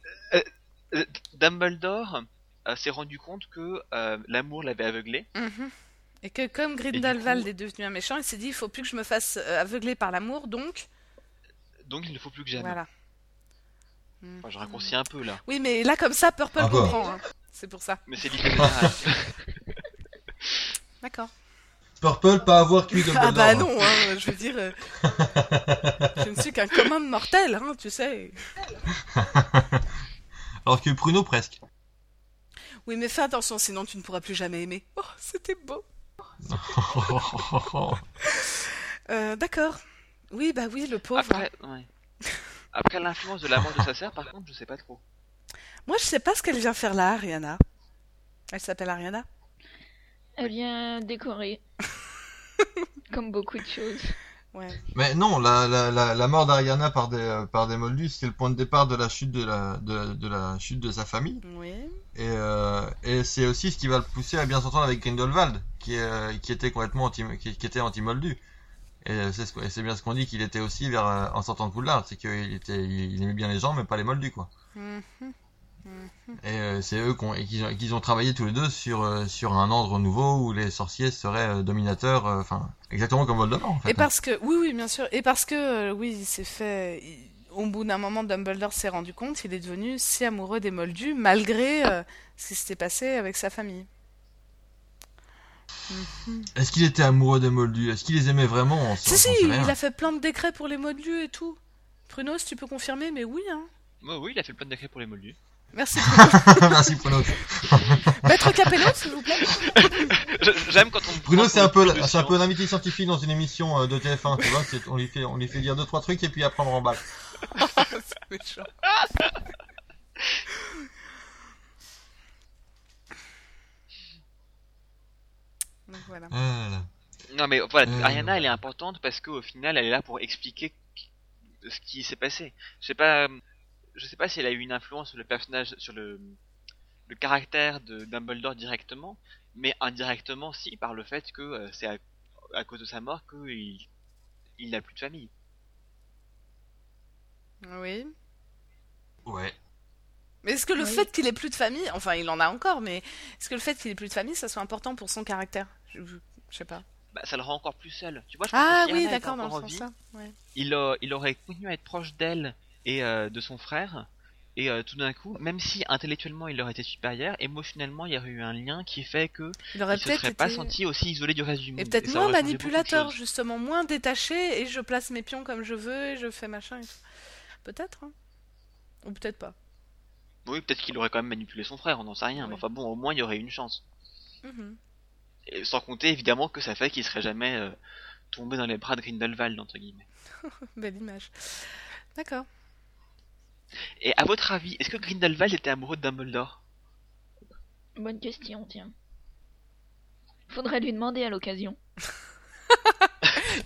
Speaker 2: euh, Dumbledore euh, s'est rendu compte que euh, l'amour l'avait aveuglé.
Speaker 3: Mhm. Et que comme Grindelwald est devenu un méchant, il s'est dit il faut plus que je me fasse euh, aveugler par l'amour, donc
Speaker 2: Donc il ne faut plus que j'aime.
Speaker 3: voilà. Mhm.
Speaker 2: Enfin, je raccourcis un peu là,
Speaker 3: Oui, mais là comme ça, Purple
Speaker 5: Ah bah.
Speaker 3: comprend. hein. C'est pour ça.
Speaker 2: mais c'est l'idée générale.
Speaker 3: D'accord.
Speaker 5: Purple, pas avoir cuit de
Speaker 3: Ah bah non, hein, je veux dire, euh, je ne suis qu'un commun de mortel, hein, tu sais.
Speaker 5: Alors que Pruno, presque.
Speaker 3: Oui, mais fais attention, sinon tu ne pourras plus jamais aimer. Oh, c'était beau. Euh, D'accord. Oui, bah oui, le pauvre.
Speaker 2: Après, ouais. Après l'influence de la mort de sa sœur, par contre, je sais pas trop.
Speaker 3: Moi, je sais pas ce qu'elle vient faire là, Ariana. Elle s'appelle Ariana.
Speaker 4: Elle vient décorer. Comme beaucoup de choses.
Speaker 3: Ouais.
Speaker 5: Mais non, la, la, la, la mort d'Ariana par des, euh, par des Moldus, c'est le point de départ de la chute de la, de, de la chute de sa famille.
Speaker 3: Oui.
Speaker 5: Et, euh, et c'est aussi ce qui va le pousser à bien s'entendre avec Grindelwald, qui, euh, qui était complètement anti, qui, qui était anti-Moldu. Et euh, c'est ce qu'on- et c'est bien ce qu'on dit qu'il était aussi vers, euh, en sortant de Poudlard, c'est qu'il était, il, il aimait bien les gens, mais pas les Moldus, quoi.
Speaker 3: Mhm.
Speaker 5: Et euh, c'est eux qui ont, et qu'ils ont, qu'ils ont travaillé tous les deux sur, euh, sur un ordre nouveau où les sorciers seraient euh, dominateurs, euh, enfin, exactement comme Voldemort en fait.
Speaker 3: Et parce que, oui, oui, bien sûr. Et parce que, euh, oui, il s'est fait. il- au bout d'un moment, Dumbledore s'est rendu compte, il est devenu si amoureux des Moldus, malgré euh, ce qui s'était passé avec sa famille. Mhm.
Speaker 5: Est-ce qu'il était amoureux des Moldus Est-ce qu'il les aimait vraiment On s'en-
Speaker 3: Si, si,
Speaker 5: on sait rien.
Speaker 3: il a fait plein de décrets pour les Moldus et tout. Pruno, si tu peux confirmer, mais oui, hein.
Speaker 2: Ouais, Bah oui, il a fait plein de décrets pour les Moldus.
Speaker 3: Merci.
Speaker 5: hein. Merci Bruno.
Speaker 3: Maître Capello, s'il vous plaît.
Speaker 2: Je- J'aime quand on.
Speaker 5: Bruno,
Speaker 2: prend
Speaker 5: c'est un
Speaker 2: pour des
Speaker 5: peu, c'est un peu
Speaker 2: sciences.
Speaker 5: un invité scientifique dans une émission euh, de TF1, tu vois. c'est- On lui fait, on lui fait dire deux trois trucs et puis après on le remballe.
Speaker 3: Ah, C'est méchant. Donc voilà.
Speaker 5: Ah là là.
Speaker 2: Non, mais voilà,
Speaker 5: Euh.
Speaker 2: Ariana, elle est importante parce qu'au final, elle est là pour expliquer ce qui s'est passé. Je sais pas, euh, je sais pas si elle a eu une influence sur le personnage, sur le, le caractère de Dumbledore directement, mais indirectement, si, par le fait que euh, c'est à, à cause de sa mort qu'il il n'a plus de famille.
Speaker 3: Oui.
Speaker 5: Ouais.
Speaker 3: Mais est-ce que le
Speaker 4: Oui.
Speaker 3: fait qu'il ait plus de famille, enfin il en a encore, mais est-ce que le fait qu'il ait plus de famille, ça soit important pour son caractère je, je- je sais pas.
Speaker 2: Bah, ça le rend encore plus seul. Tu vois, je pense
Speaker 3: Ah
Speaker 2: que si
Speaker 3: oui,
Speaker 2: Ariana était
Speaker 3: d'accord, dans
Speaker 2: encore
Speaker 3: le
Speaker 2: en
Speaker 3: sens
Speaker 2: vie,
Speaker 3: ça. Ouais.
Speaker 2: il, a- il aurait continué à être proche d'elle et euh, de son frère. Et euh, tout d'un coup, même si intellectuellement il leur était supérieur, émotionnellement il y aurait eu un lien qui fait que
Speaker 3: Il aurait
Speaker 2: il se
Speaker 3: peut-être
Speaker 2: serait
Speaker 3: été...
Speaker 2: pas senti aussi isolé du reste du monde.
Speaker 3: Et peut-être
Speaker 2: Mm. ça
Speaker 3: moins
Speaker 2: aurait changé beaucoup de
Speaker 3: manipulateur,
Speaker 2: choses.
Speaker 3: justement, moins détaché, et je place mes pions comme je veux, et je fais machin et tout. Peut-être, hein. Ou peut-être pas.
Speaker 2: Oui, peut-être qu'il aurait quand même manipulé son frère, on n'en sait rien. Mais
Speaker 3: Ouais.
Speaker 2: enfin bon, au moins il y aurait eu une chance.
Speaker 3: Mhm.
Speaker 2: Et sans compter évidemment que ça fait qu'il serait jamais euh, tombé dans les bras de Grindelwald entre guillemets.
Speaker 3: Belle image. D'accord.
Speaker 2: Et à votre avis, est-ce que Grindelwald était amoureux de Dumbledore
Speaker 4: Bonne question, tiens. Faudrait lui demander à l'occasion.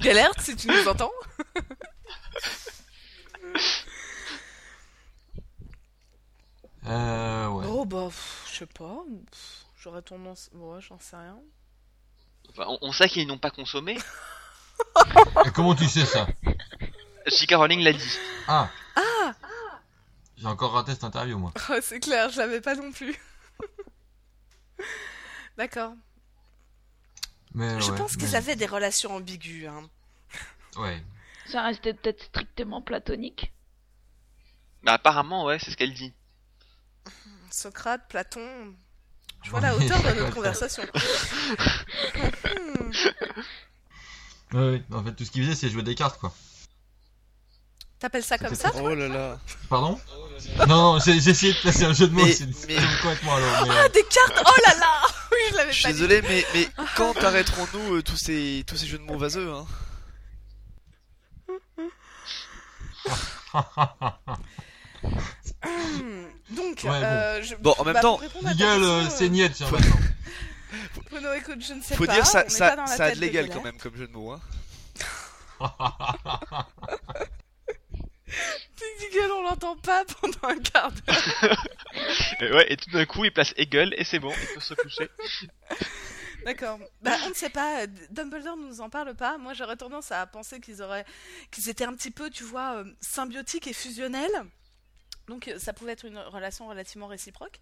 Speaker 3: Galerte, si tu nous entends.
Speaker 5: Euh, ouais.
Speaker 3: Oh bah, pff, je sais pas. Pff, J'aurais tendance. Ouais, j'en sais rien.
Speaker 2: Enfin, on, on sait qu'ils n'ont pas consommé.
Speaker 3: Oh.
Speaker 5: Et comment tu sais ça
Speaker 2: J.K. Rowling l'a dit.
Speaker 5: Ah. J'ai encore raté cette interview moi.
Speaker 3: Oh, c'est clair, je l'avais pas non plus. D'accord.
Speaker 5: Mais
Speaker 3: je
Speaker 5: Euh, ouais,
Speaker 3: pense qu'ils
Speaker 5: mais-
Speaker 3: avaient des relations ambiguës. Hein.
Speaker 5: Ouais.
Speaker 4: Ça restait peut-être strictement platonique.
Speaker 2: Bah apparemment, ouais, c'est ce qu'elle dit.
Speaker 3: Socrate, Platon. Je vois la hauteur de notre conversation. Hmm.
Speaker 5: Ouais, ouais. En fait, tout ce qu'il faisait, c'est jouer des cartes quoi.
Speaker 3: T'appelles ça comme ça
Speaker 6: Oh là là.
Speaker 5: Pardon Non, non, j'ai j'ai essayé de placer un jeu de mots,
Speaker 6: Mais-
Speaker 5: c'est
Speaker 6: mais-
Speaker 5: c'est complètement alors. mais, euh,
Speaker 3: Ah, des cartes Oh là là Oui, je l'avais
Speaker 6: Je suis
Speaker 3: pas dit.
Speaker 6: désolé, mais, mais quand arrêterons-nous euh, tous, ces, tous ces jeux de mots vaseux hein
Speaker 3: Hmm. Donc,
Speaker 5: Ouais, bon.
Speaker 3: euh, je...
Speaker 6: Bon, en même
Speaker 3: bah,
Speaker 6: temps,
Speaker 3: pour répondre à ta
Speaker 5: Miguel, euh,
Speaker 3: question, euh,
Speaker 5: c'est niette, tiens.
Speaker 6: Faut-
Speaker 5: maintenant.
Speaker 3: Bruno, écoute, je ne sais
Speaker 6: Faut
Speaker 3: pas.
Speaker 6: dire,
Speaker 3: on
Speaker 6: ça,
Speaker 3: n'est
Speaker 6: ça,
Speaker 3: pas dans la
Speaker 6: ça a
Speaker 3: tête
Speaker 6: de légal
Speaker 3: Galère.
Speaker 6: quand même comme jeu de mots. Hein.
Speaker 3: Tic, tic, gueule, on l'entend pas pendant un quart d'heure.
Speaker 2: Et ouais, et tout d'un coup, il place Hegel et c'est bon, il peut se coucher.
Speaker 3: D'accord. Bah, on ne sait pas. euh, Dumbledore ne nous en parle pas. Moi, j'aurais tendance à penser qu'ils auraient, qu'ils étaient un petit peu, tu vois, euh, symbiotiques et fusionnels. Donc, euh, ça pouvait être une relation relativement réciproque.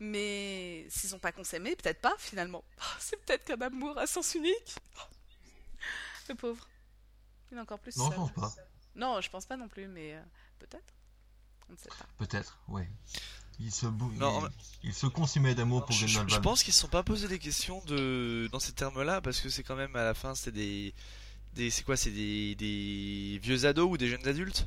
Speaker 3: Mais s'ils n'ont pas consommé, peut-être pas, finalement. Oh, C'est peut-être qu'un amour à sens unique. Oh, Le pauvre. Il est encore plus
Speaker 5: Non, je
Speaker 3: seul.
Speaker 5: pense pas.
Speaker 3: Non, je pense pas non plus, mais euh, peut-être. On ne sait pas.
Speaker 5: Peut-être, ouais. Il se, bou...
Speaker 6: Non,
Speaker 5: il...
Speaker 6: mais-
Speaker 5: il se consumait d'amour Oh, pour
Speaker 6: Je, je- je
Speaker 5: Grindelwald.
Speaker 6: pense qu'ils se sont pas posé des questions de dans ces termes-là parce que c'est quand même à la fin c'est des, des c'est quoi c'est des, des vieux ados ou des jeunes adultes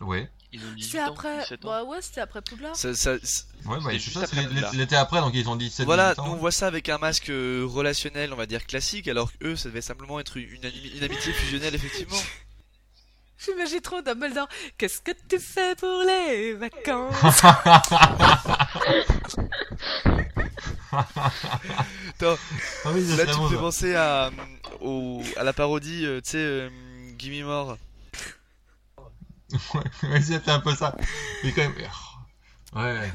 Speaker 5: Ouais,
Speaker 2: Ils ont 18
Speaker 3: C'était
Speaker 2: ans,
Speaker 3: après.
Speaker 2: 17 ans.
Speaker 3: Bah ouais, c'était après Poudlard.
Speaker 6: Ça- ça- c'est-
Speaker 5: ouais, bah,
Speaker 2: C'était
Speaker 5: c'est
Speaker 2: juste
Speaker 5: ça,
Speaker 2: après
Speaker 5: c'est
Speaker 2: Poudlard.
Speaker 5: l'été après, donc ils ont 17
Speaker 6: Voilà,
Speaker 5: 18
Speaker 6: nous on
Speaker 5: ans.
Speaker 6: voit ça avec un masque euh, relationnel on va dire classique alors que eux ça devait simplement être une, une ami- une amitié fusionnelle effectivement.
Speaker 3: J'imagine trop Dumbledore. Qu'est-ce que tu fais pour les vacances
Speaker 5: Ah oui, ça
Speaker 6: Là
Speaker 5: serait
Speaker 6: tu
Speaker 5: bon,
Speaker 6: me fais
Speaker 5: ça.
Speaker 6: penser à euh, au- à la parodie euh, tu sais euh, Gimme More.
Speaker 5: Ouais, c'était un peu ça. Mais quand même. oh, Ouais.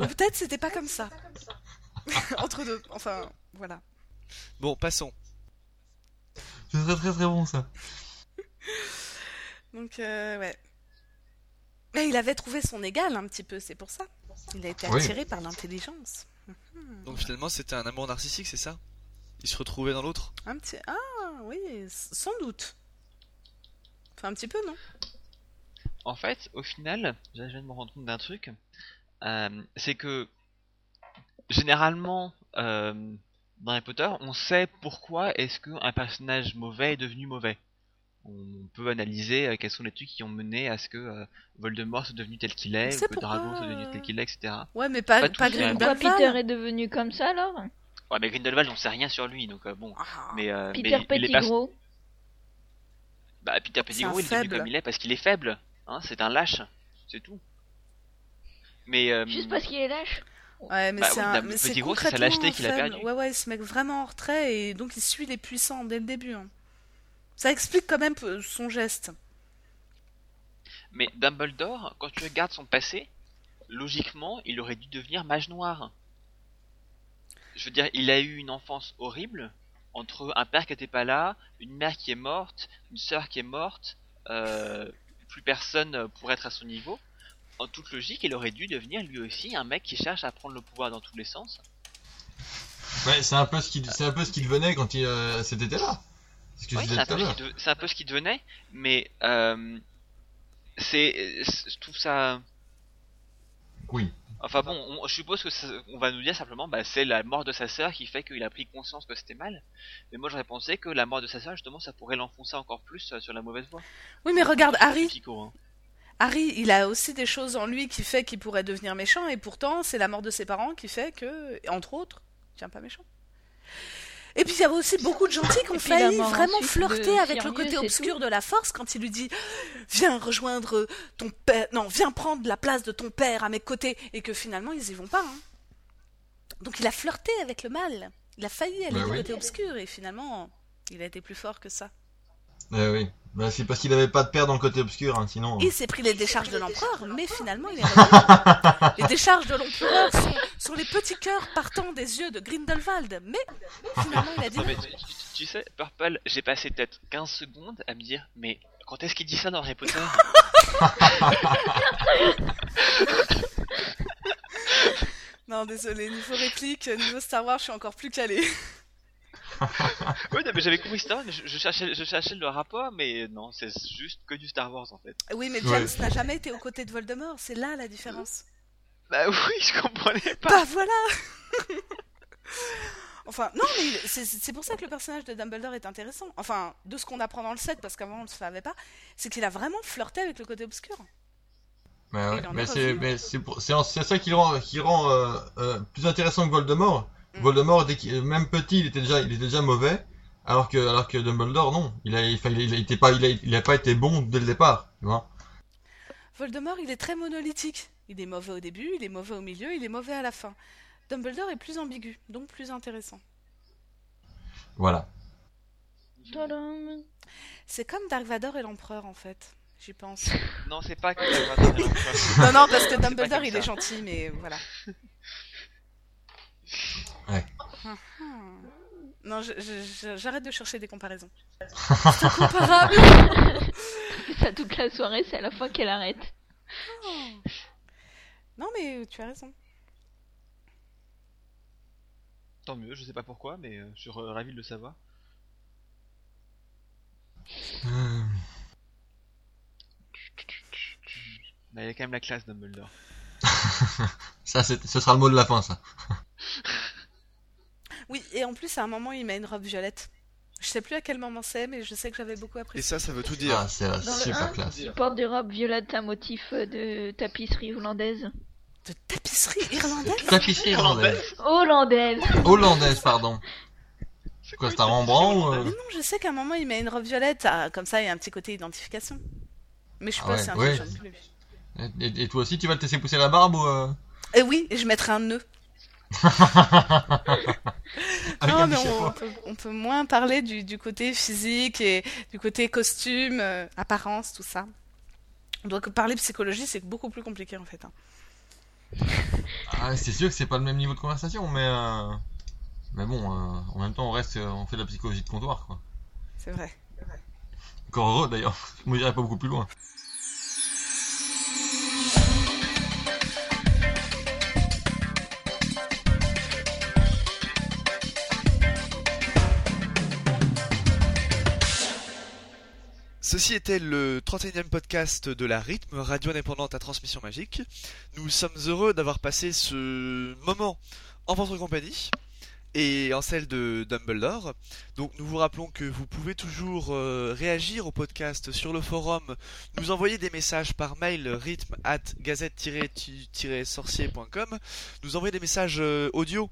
Speaker 3: Ou peut-être c'était pas comme ça. Entre deux. Enfin, voilà.
Speaker 6: Bon passons.
Speaker 5: Ce serait très très bon ça.
Speaker 3: Donc, euh, ouais. Mais il avait trouvé son égal un petit peu, c'est pour ça. Il a été
Speaker 5: Oui.
Speaker 3: attiré par l'intelligence.
Speaker 6: Donc finalement, c'était un amour narcissique, c'est ça Il se retrouvait dans l'autre
Speaker 3: Un petit. Ah oui, s- sans doute. Enfin, un petit peu, non
Speaker 2: En fait, au final, je viens de me rendre compte d'un truc, euh, c'est que généralement euh, dans Harry Potter, on sait pourquoi est-ce qu'un personnage mauvais est devenu mauvais. On peut analyser euh, quels sont les trucs qui ont mené à ce que euh, Voldemort soit devenu tel qu'il
Speaker 3: On
Speaker 2: est,
Speaker 3: sait
Speaker 2: ou que Dragon
Speaker 3: pourquoi,
Speaker 2: soit devenu
Speaker 3: euh,
Speaker 2: tel qu'il est, etc.
Speaker 3: Ouais, mais pas,
Speaker 2: Pas
Speaker 3: pas,
Speaker 2: tous,
Speaker 4: Pourquoi
Speaker 3: Grindelwald.
Speaker 4: Peter est devenu comme ça alors
Speaker 2: Ouais, mais Grindelwald, on sait rien sur lui, donc euh, bon.
Speaker 3: Ah,
Speaker 2: Mais, euh,
Speaker 4: Peter
Speaker 2: mais il est pas...
Speaker 4: Pettigrew.
Speaker 2: bah, Peter Pettigrew, il est devenu
Speaker 3: faible.
Speaker 2: comme il est parce qu'il est faible. Hein, c'est un lâche, c'est tout. Mais euh,
Speaker 4: Juste parce qu'il est lâche.
Speaker 3: Ouais, mais
Speaker 2: Bah
Speaker 3: c'est
Speaker 2: oui,
Speaker 3: un-
Speaker 2: la-
Speaker 3: mais
Speaker 2: le
Speaker 3: c'est
Speaker 2: petit gros, c'est sa
Speaker 3: concrètement
Speaker 2: lâcheté qu'il a
Speaker 3: faible.
Speaker 2: perdu.
Speaker 3: Ouais, ouais, il se met vraiment en retrait et donc il suit les puissants dès le début. hein. Ça explique quand même peu- son geste.
Speaker 2: Mais Dumbledore, quand tu regardes son passé, logiquement, il aurait dû devenir mage noir. Je veux dire, il a eu une enfance horrible entre un père qui n'était pas là, une mère qui est morte, une sœur qui est morte, euh, plus personne pour être à son niveau. En toute logique, il aurait dû devenir lui aussi un mec qui cherche à prendre le pouvoir dans tous les sens.
Speaker 5: Ouais, c'est un peu ce qu'il, c'est un peu ce qu'il devenait quand il, euh, cet été-là. C'est ce que
Speaker 2: Oui,
Speaker 5: je
Speaker 2: c'est
Speaker 5: disais
Speaker 2: un,
Speaker 5: tout à
Speaker 2: peu ce
Speaker 5: l'heure.
Speaker 2: qui de- c'est un peu ce qui devenait, mais euh, c'est, c'est- je trouve ça
Speaker 5: Oui.
Speaker 2: Enfin bon, on- je suppose que ça- on va nous dire simplement, bah, c'est la mort de sa sœur qui fait qu'il a pris conscience que c'était mal. Mais moi j'aurais pensé que la mort de sa sœur, justement, ça pourrait l'enfoncer encore plus euh, sur la mauvaise voie.
Speaker 3: Oui, mais regarde, Harry,
Speaker 2: Pico, hein.
Speaker 3: Harry, il a aussi des choses en lui qui fait qu'il pourrait devenir méchant, et pourtant, c'est la mort de ses parents qui fait que, entre autres, il devient pas méchant. Et puis, il y avait aussi beaucoup de gentils qui ont
Speaker 4: Et puis, la
Speaker 3: failli
Speaker 4: mort
Speaker 3: vraiment
Speaker 4: ensuite
Speaker 3: flirter
Speaker 4: de
Speaker 3: avec le
Speaker 4: Sirius
Speaker 3: côté
Speaker 4: et
Speaker 3: obscur de la force quand il lui dit Viens rejoindre ton père, non, viens prendre la place de ton père à mes côtés, et que finalement, ils y vont pas. hein. Donc, il a flirté avec le mal. Il a failli aller
Speaker 5: Bah
Speaker 3: du
Speaker 5: oui.
Speaker 3: côté obscur, et finalement, il a été plus fort que ça.
Speaker 5: Ouais, oui. Bah, c'est parce qu'il avait pas de père dans le côté obscur, hein, sinon.
Speaker 3: Il s'est pris les décharges de l'empereur, mais finalement il est revenu. Les décharges de l'empereur sont, sont les petits cœurs partant des yeux de Grindelwald, mais finalement il a dit
Speaker 2: Non, Ah, mais tu, tu- tu sais, Purple, j'ai passé peut-être 15 secondes à me dire, mais quand est-ce qu'il dit ça dans Harry Potter
Speaker 3: non désolé niveau réplique niveau Star Wars je suis encore plus calé.
Speaker 2: Oui, non, mais j'avais compris Star Wars, mais je, je cherchais, je cherchais le rapport, mais non, c'est juste que du Star Wars en fait.
Speaker 3: Oui mais
Speaker 5: Ouais.
Speaker 3: James n'a jamais été aux côtés de Voldemort, c'est là la différence.
Speaker 2: Bah oui, je comprenais pas.
Speaker 3: Bah voilà. Enfin, non, mais il- c'est- c'est pour ça que le personnage de Dumbledore est intéressant. Enfin, de ce qu'on apprend dans le set, parce qu'avant on ne le savait pas, c'est qu'il a vraiment flirté avec le côté obscur.
Speaker 5: Mais, Bah, ouais,
Speaker 3: Il en
Speaker 5: mais
Speaker 3: est
Speaker 5: c'est
Speaker 3: revenu.
Speaker 5: mais c'est pour- c'est en- c'est ça qui le rend qui rend euh, euh, plus intéressant que Voldemort.
Speaker 3: Mm.
Speaker 5: Voldemort dès qu'il- euh, même petit, il était déjà il était déjà mauvais, alors que alors que Dumbledore non, il a enfin, il, a- il était pas il a, il a pas été bon dès le départ, tu vois.
Speaker 3: Voldemort, il est très monolithique. Il est mauvais au début, il est mauvais au milieu, il est mauvais à la fin. Dumbledore est plus ambigu, donc plus intéressant.
Speaker 5: Voilà.
Speaker 4: Tadam.
Speaker 3: C'est comme Dark Vador et l'empereur en fait, j'y pense.
Speaker 2: Non, c'est pas que. non,
Speaker 3: Non, non, parce que
Speaker 2: C'est pas
Speaker 3: Dumbledore
Speaker 2: comme
Speaker 3: il
Speaker 2: ça.
Speaker 3: est gentil, mais voilà.
Speaker 5: Ouais.
Speaker 3: Hum, hum. Non, je- je- je- j'arrête de chercher des comparaisons. C'est comparable.
Speaker 4: Ça toute la soirée, c'est à la fin qu'elle arrête.
Speaker 3: Non, mais tu as raison.
Speaker 2: Tant mieux, je sais pas pourquoi, mais euh, je suis re- ravi de le savoir.
Speaker 5: Euh,
Speaker 2: Mais il y a quand même la classe Dumbledore.
Speaker 5: Ça c'est ce sera le mot de la fin ça.
Speaker 3: Oui, et en plus à un moment il met une robe violette. Je sais plus à quel moment c'est, mais je sais que j'avais beaucoup
Speaker 6: Et
Speaker 3: apprécié.
Speaker 6: ça, ça veut tout dire.
Speaker 5: Ah, c'est la
Speaker 4: Dans le
Speaker 5: super
Speaker 4: un,
Speaker 5: classe.
Speaker 4: Il porte des robes violettes à motif euh, de tapisserie hollandaise.
Speaker 3: De tapisserie irlandaise.
Speaker 5: Tapisserie irlandaise,
Speaker 4: Hollandaise
Speaker 5: hollandaise pardon.
Speaker 2: C'est
Speaker 5: Quoi,
Speaker 2: une
Speaker 5: c'est un Rembrandt ou,
Speaker 3: Mais
Speaker 5: euh,
Speaker 3: non, je sais qu'à un moment il met une robe violette, ah, comme ça il y a un petit côté identification. Mais je suis
Speaker 5: Ah
Speaker 3: pas
Speaker 5: ouais,
Speaker 3: si
Speaker 5: ouais.
Speaker 3: intelligente que lui.
Speaker 5: et, et- et toi aussi tu vas te laisser pousser la barbe ou euh,
Speaker 3: Et Eh oui, et je mettrai un nœud.
Speaker 5: avec
Speaker 3: non,
Speaker 5: un
Speaker 3: mais
Speaker 5: petit
Speaker 3: on, on
Speaker 5: chapeau
Speaker 3: peut, on peut moins parler du, du côté physique et du côté costume, euh, apparence, tout ça. On doit que parler psychologie, c'est beaucoup plus compliqué en fait. hein.
Speaker 5: Ah, c'est sûr que c'est pas le même niveau de conversation, mais euh, mais bon, euh, en même temps, on reste, euh, on fait de la psychologie de comptoir, quoi.
Speaker 3: C'est vrai.
Speaker 5: Encore heureux d'ailleurs. Moi, j'irais pas beaucoup plus loin.
Speaker 6: Ceci était le 31e podcast de la rythme, radio indépendante à transmission magique. Nous sommes heureux d'avoir passé ce moment en votre compagnie et en celle de Dumbledore. Donc nous vous rappelons que vous pouvez toujours euh, réagir au podcast sur le forum, nous envoyer des messages par mail rythme at gazette-sorcier.com, nous envoyer des messages euh, audio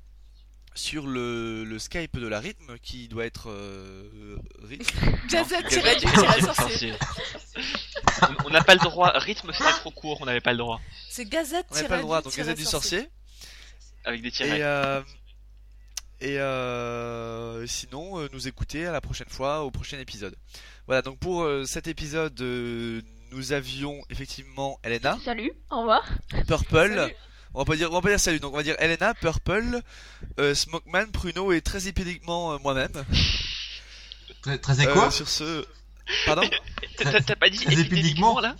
Speaker 6: sur le, le Skype de la rythme qui doit être euh, rythme.
Speaker 3: Gazette
Speaker 2: Non,
Speaker 3: tirée du
Speaker 2: Gazette
Speaker 3: tiré
Speaker 2: tirée sorcier.
Speaker 3: sorcier.
Speaker 2: On- On n'a pas le droit. Rythme, c'était trop court, on n'avait pas le droit.
Speaker 3: C'est Gazette
Speaker 6: On n'a pas
Speaker 3: tirée
Speaker 6: le droit,
Speaker 3: du
Speaker 6: donc
Speaker 3: tiré
Speaker 6: Gazette du Sorcier.
Speaker 2: Avec des
Speaker 6: Et,
Speaker 2: tirets.
Speaker 6: euh, et euh, sinon, euh, nous écouter à la prochaine fois, au prochain épisode. Voilà, donc pour euh, cet épisode, euh, nous avions effectivement Elena,
Speaker 4: Salut, au revoir.
Speaker 6: Purple.
Speaker 3: Salut.
Speaker 6: On va pas dire, on va pas dire salut, donc on va dire Elena, Purple, euh, Smokeman, Pruno et très épidiquement euh, moi-même.
Speaker 5: Très, très
Speaker 6: Euh,
Speaker 5: écho
Speaker 6: Sur ce, pardon,
Speaker 2: T'as t'as pas dit
Speaker 5: Très
Speaker 2: épidiquement là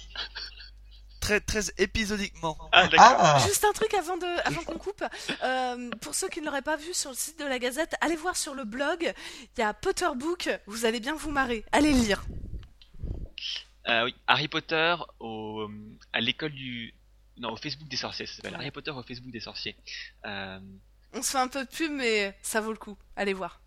Speaker 6: très très épisodiquement.
Speaker 2: Ah, d'accord.
Speaker 5: Ah
Speaker 3: Juste un truc avant, de, avant qu'on coupe. Euh, pour ceux qui ne l'auraient pas vu sur le site de la Gazette, allez voir sur le blog. Il y a Potterbook. Vous allez bien vous marrer. Allez lire.
Speaker 2: Euh, oui, Harry Potter au, euh, à l'école du. Non, au Facebook des sorciers, ça s'appelle. Harry Potter au Facebook des sorciers. Euh,
Speaker 3: On se fait un peu de pub, mais ça vaut le coup. Allez voir.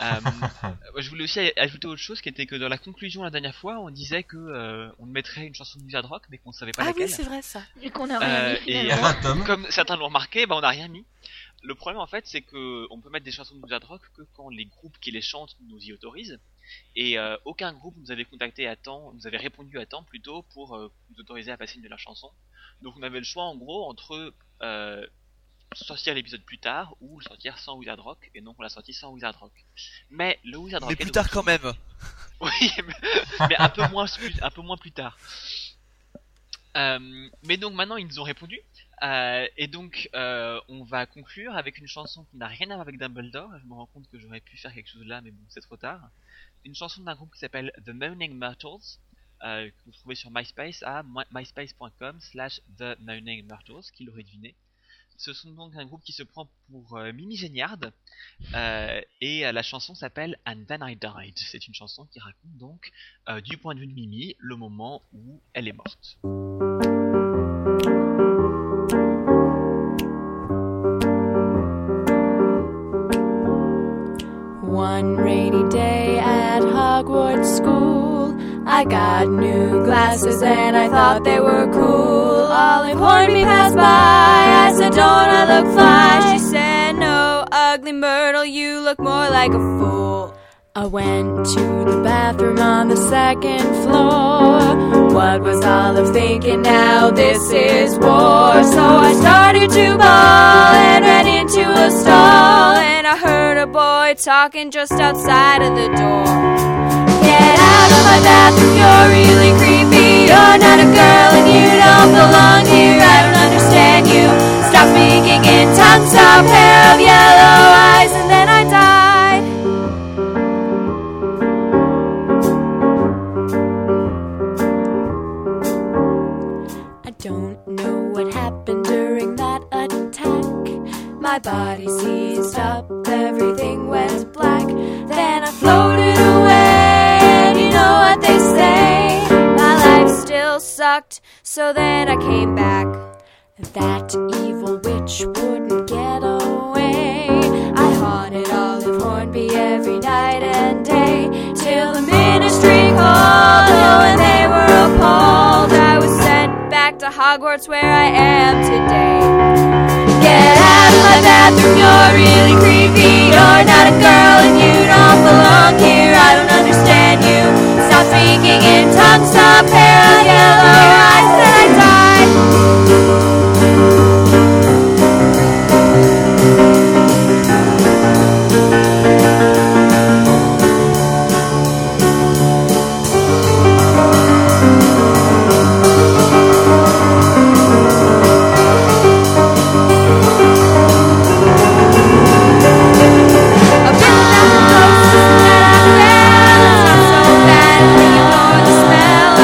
Speaker 2: euh, je voulais aussi ajouter autre chose qui était que dans la conclusion la dernière fois, on disait que euh, on mettrait une chanson de Wizard Rock, mais qu'on ne savait pas
Speaker 3: Ah
Speaker 2: laquelle.
Speaker 3: oui, c'est vrai ça.
Speaker 4: Et qu'on a rien
Speaker 2: Euh,
Speaker 4: dit,
Speaker 2: et,
Speaker 4: finalement.
Speaker 2: euh,
Speaker 5: Enfin, Tom.
Speaker 2: Comme certains l'ont remarqué, bah, on n'a rien mis. Le problème en fait, c'est que on peut mettre des chansons de Wizard Rock que quand les groupes qui les chantent nous y autorisent. Et euh, aucun groupe nous avait contacté à temps, nous avait répondu à temps plutôt pour euh, nous autoriser à passer une de leurs chansons. Donc on avait le choix en gros entre euh, sortir l'épisode plus tard ou le sortir sans Wizard Rock. Et donc on l'a sorti sans Wizard Rock. Mais le Wizard Rock.
Speaker 6: Mais
Speaker 2: est
Speaker 6: plus
Speaker 2: de
Speaker 6: tard
Speaker 2: retour.
Speaker 6: quand même.
Speaker 2: Oui, mais- mais un peu moins, plus- un peu moins plus tard. Euh, mais donc maintenant ils nous ont répondu Euh, et donc euh, on va conclure avec une chanson qui n'a rien à voir avec Dumbledore. Je me rends compte que j'aurais pu faire quelque chose là, mais bon c'est trop tard. Une chanson d'un groupe qui s'appelle The Moaning Myrtles euh, que vous trouvez sur MySpace à my- myspace.com/slash The Moaning Myrtles, qui l'aurait deviné. Ce sont donc un groupe qui se prend pour euh, Mimi Géniarde euh, et euh, la chanson s'appelle And Then I Died. C'est une chanson qui raconte donc, euh, du point de vue de Mimi, le moment où elle est morte.
Speaker 8: One rainy day at Hogwarts School, I got new glasses and I thought they were cool. Olive Hornby passed by, I said, Don't I look fly? She said, No, ugly Myrtle, you look more like a fool. I went to the bathroom on the second floor. What was Olive thinking? Now this is war. So I started to bawl and ran into a stall. And I heard a boy talking just outside of the door. Get out of my bathroom, you're really creepy. You're not a girl and you don't belong here. I don't understand you. Stop speaking in tongues, stop pair of yellow eyes, and then I died. I don't know what happened during that attack. My body seized up, everything went black. Then I floated away, and you know what they say. My life still sucked, so then I came back. That evil witch wouldn't get away. I haunted Olive Hornby every night and day till the ministry called. Oh, and they were appalled. I was sent back to Hogwarts where I am today. Get out of my bathroom, you're really creepy. You're not a girl and you don't belong here. I don't understand you. Stop speaking in tongues, stop hair of yellow eyes that I died.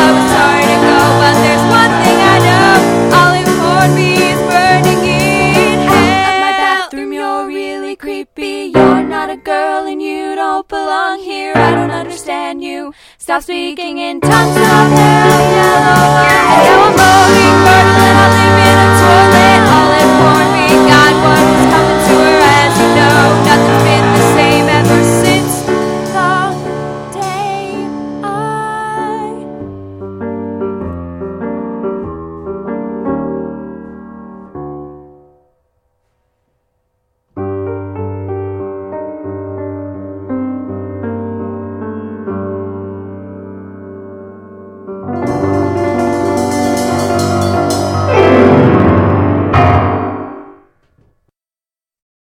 Speaker 8: I was sorry to Stop speaking in tongues of hair and yellow.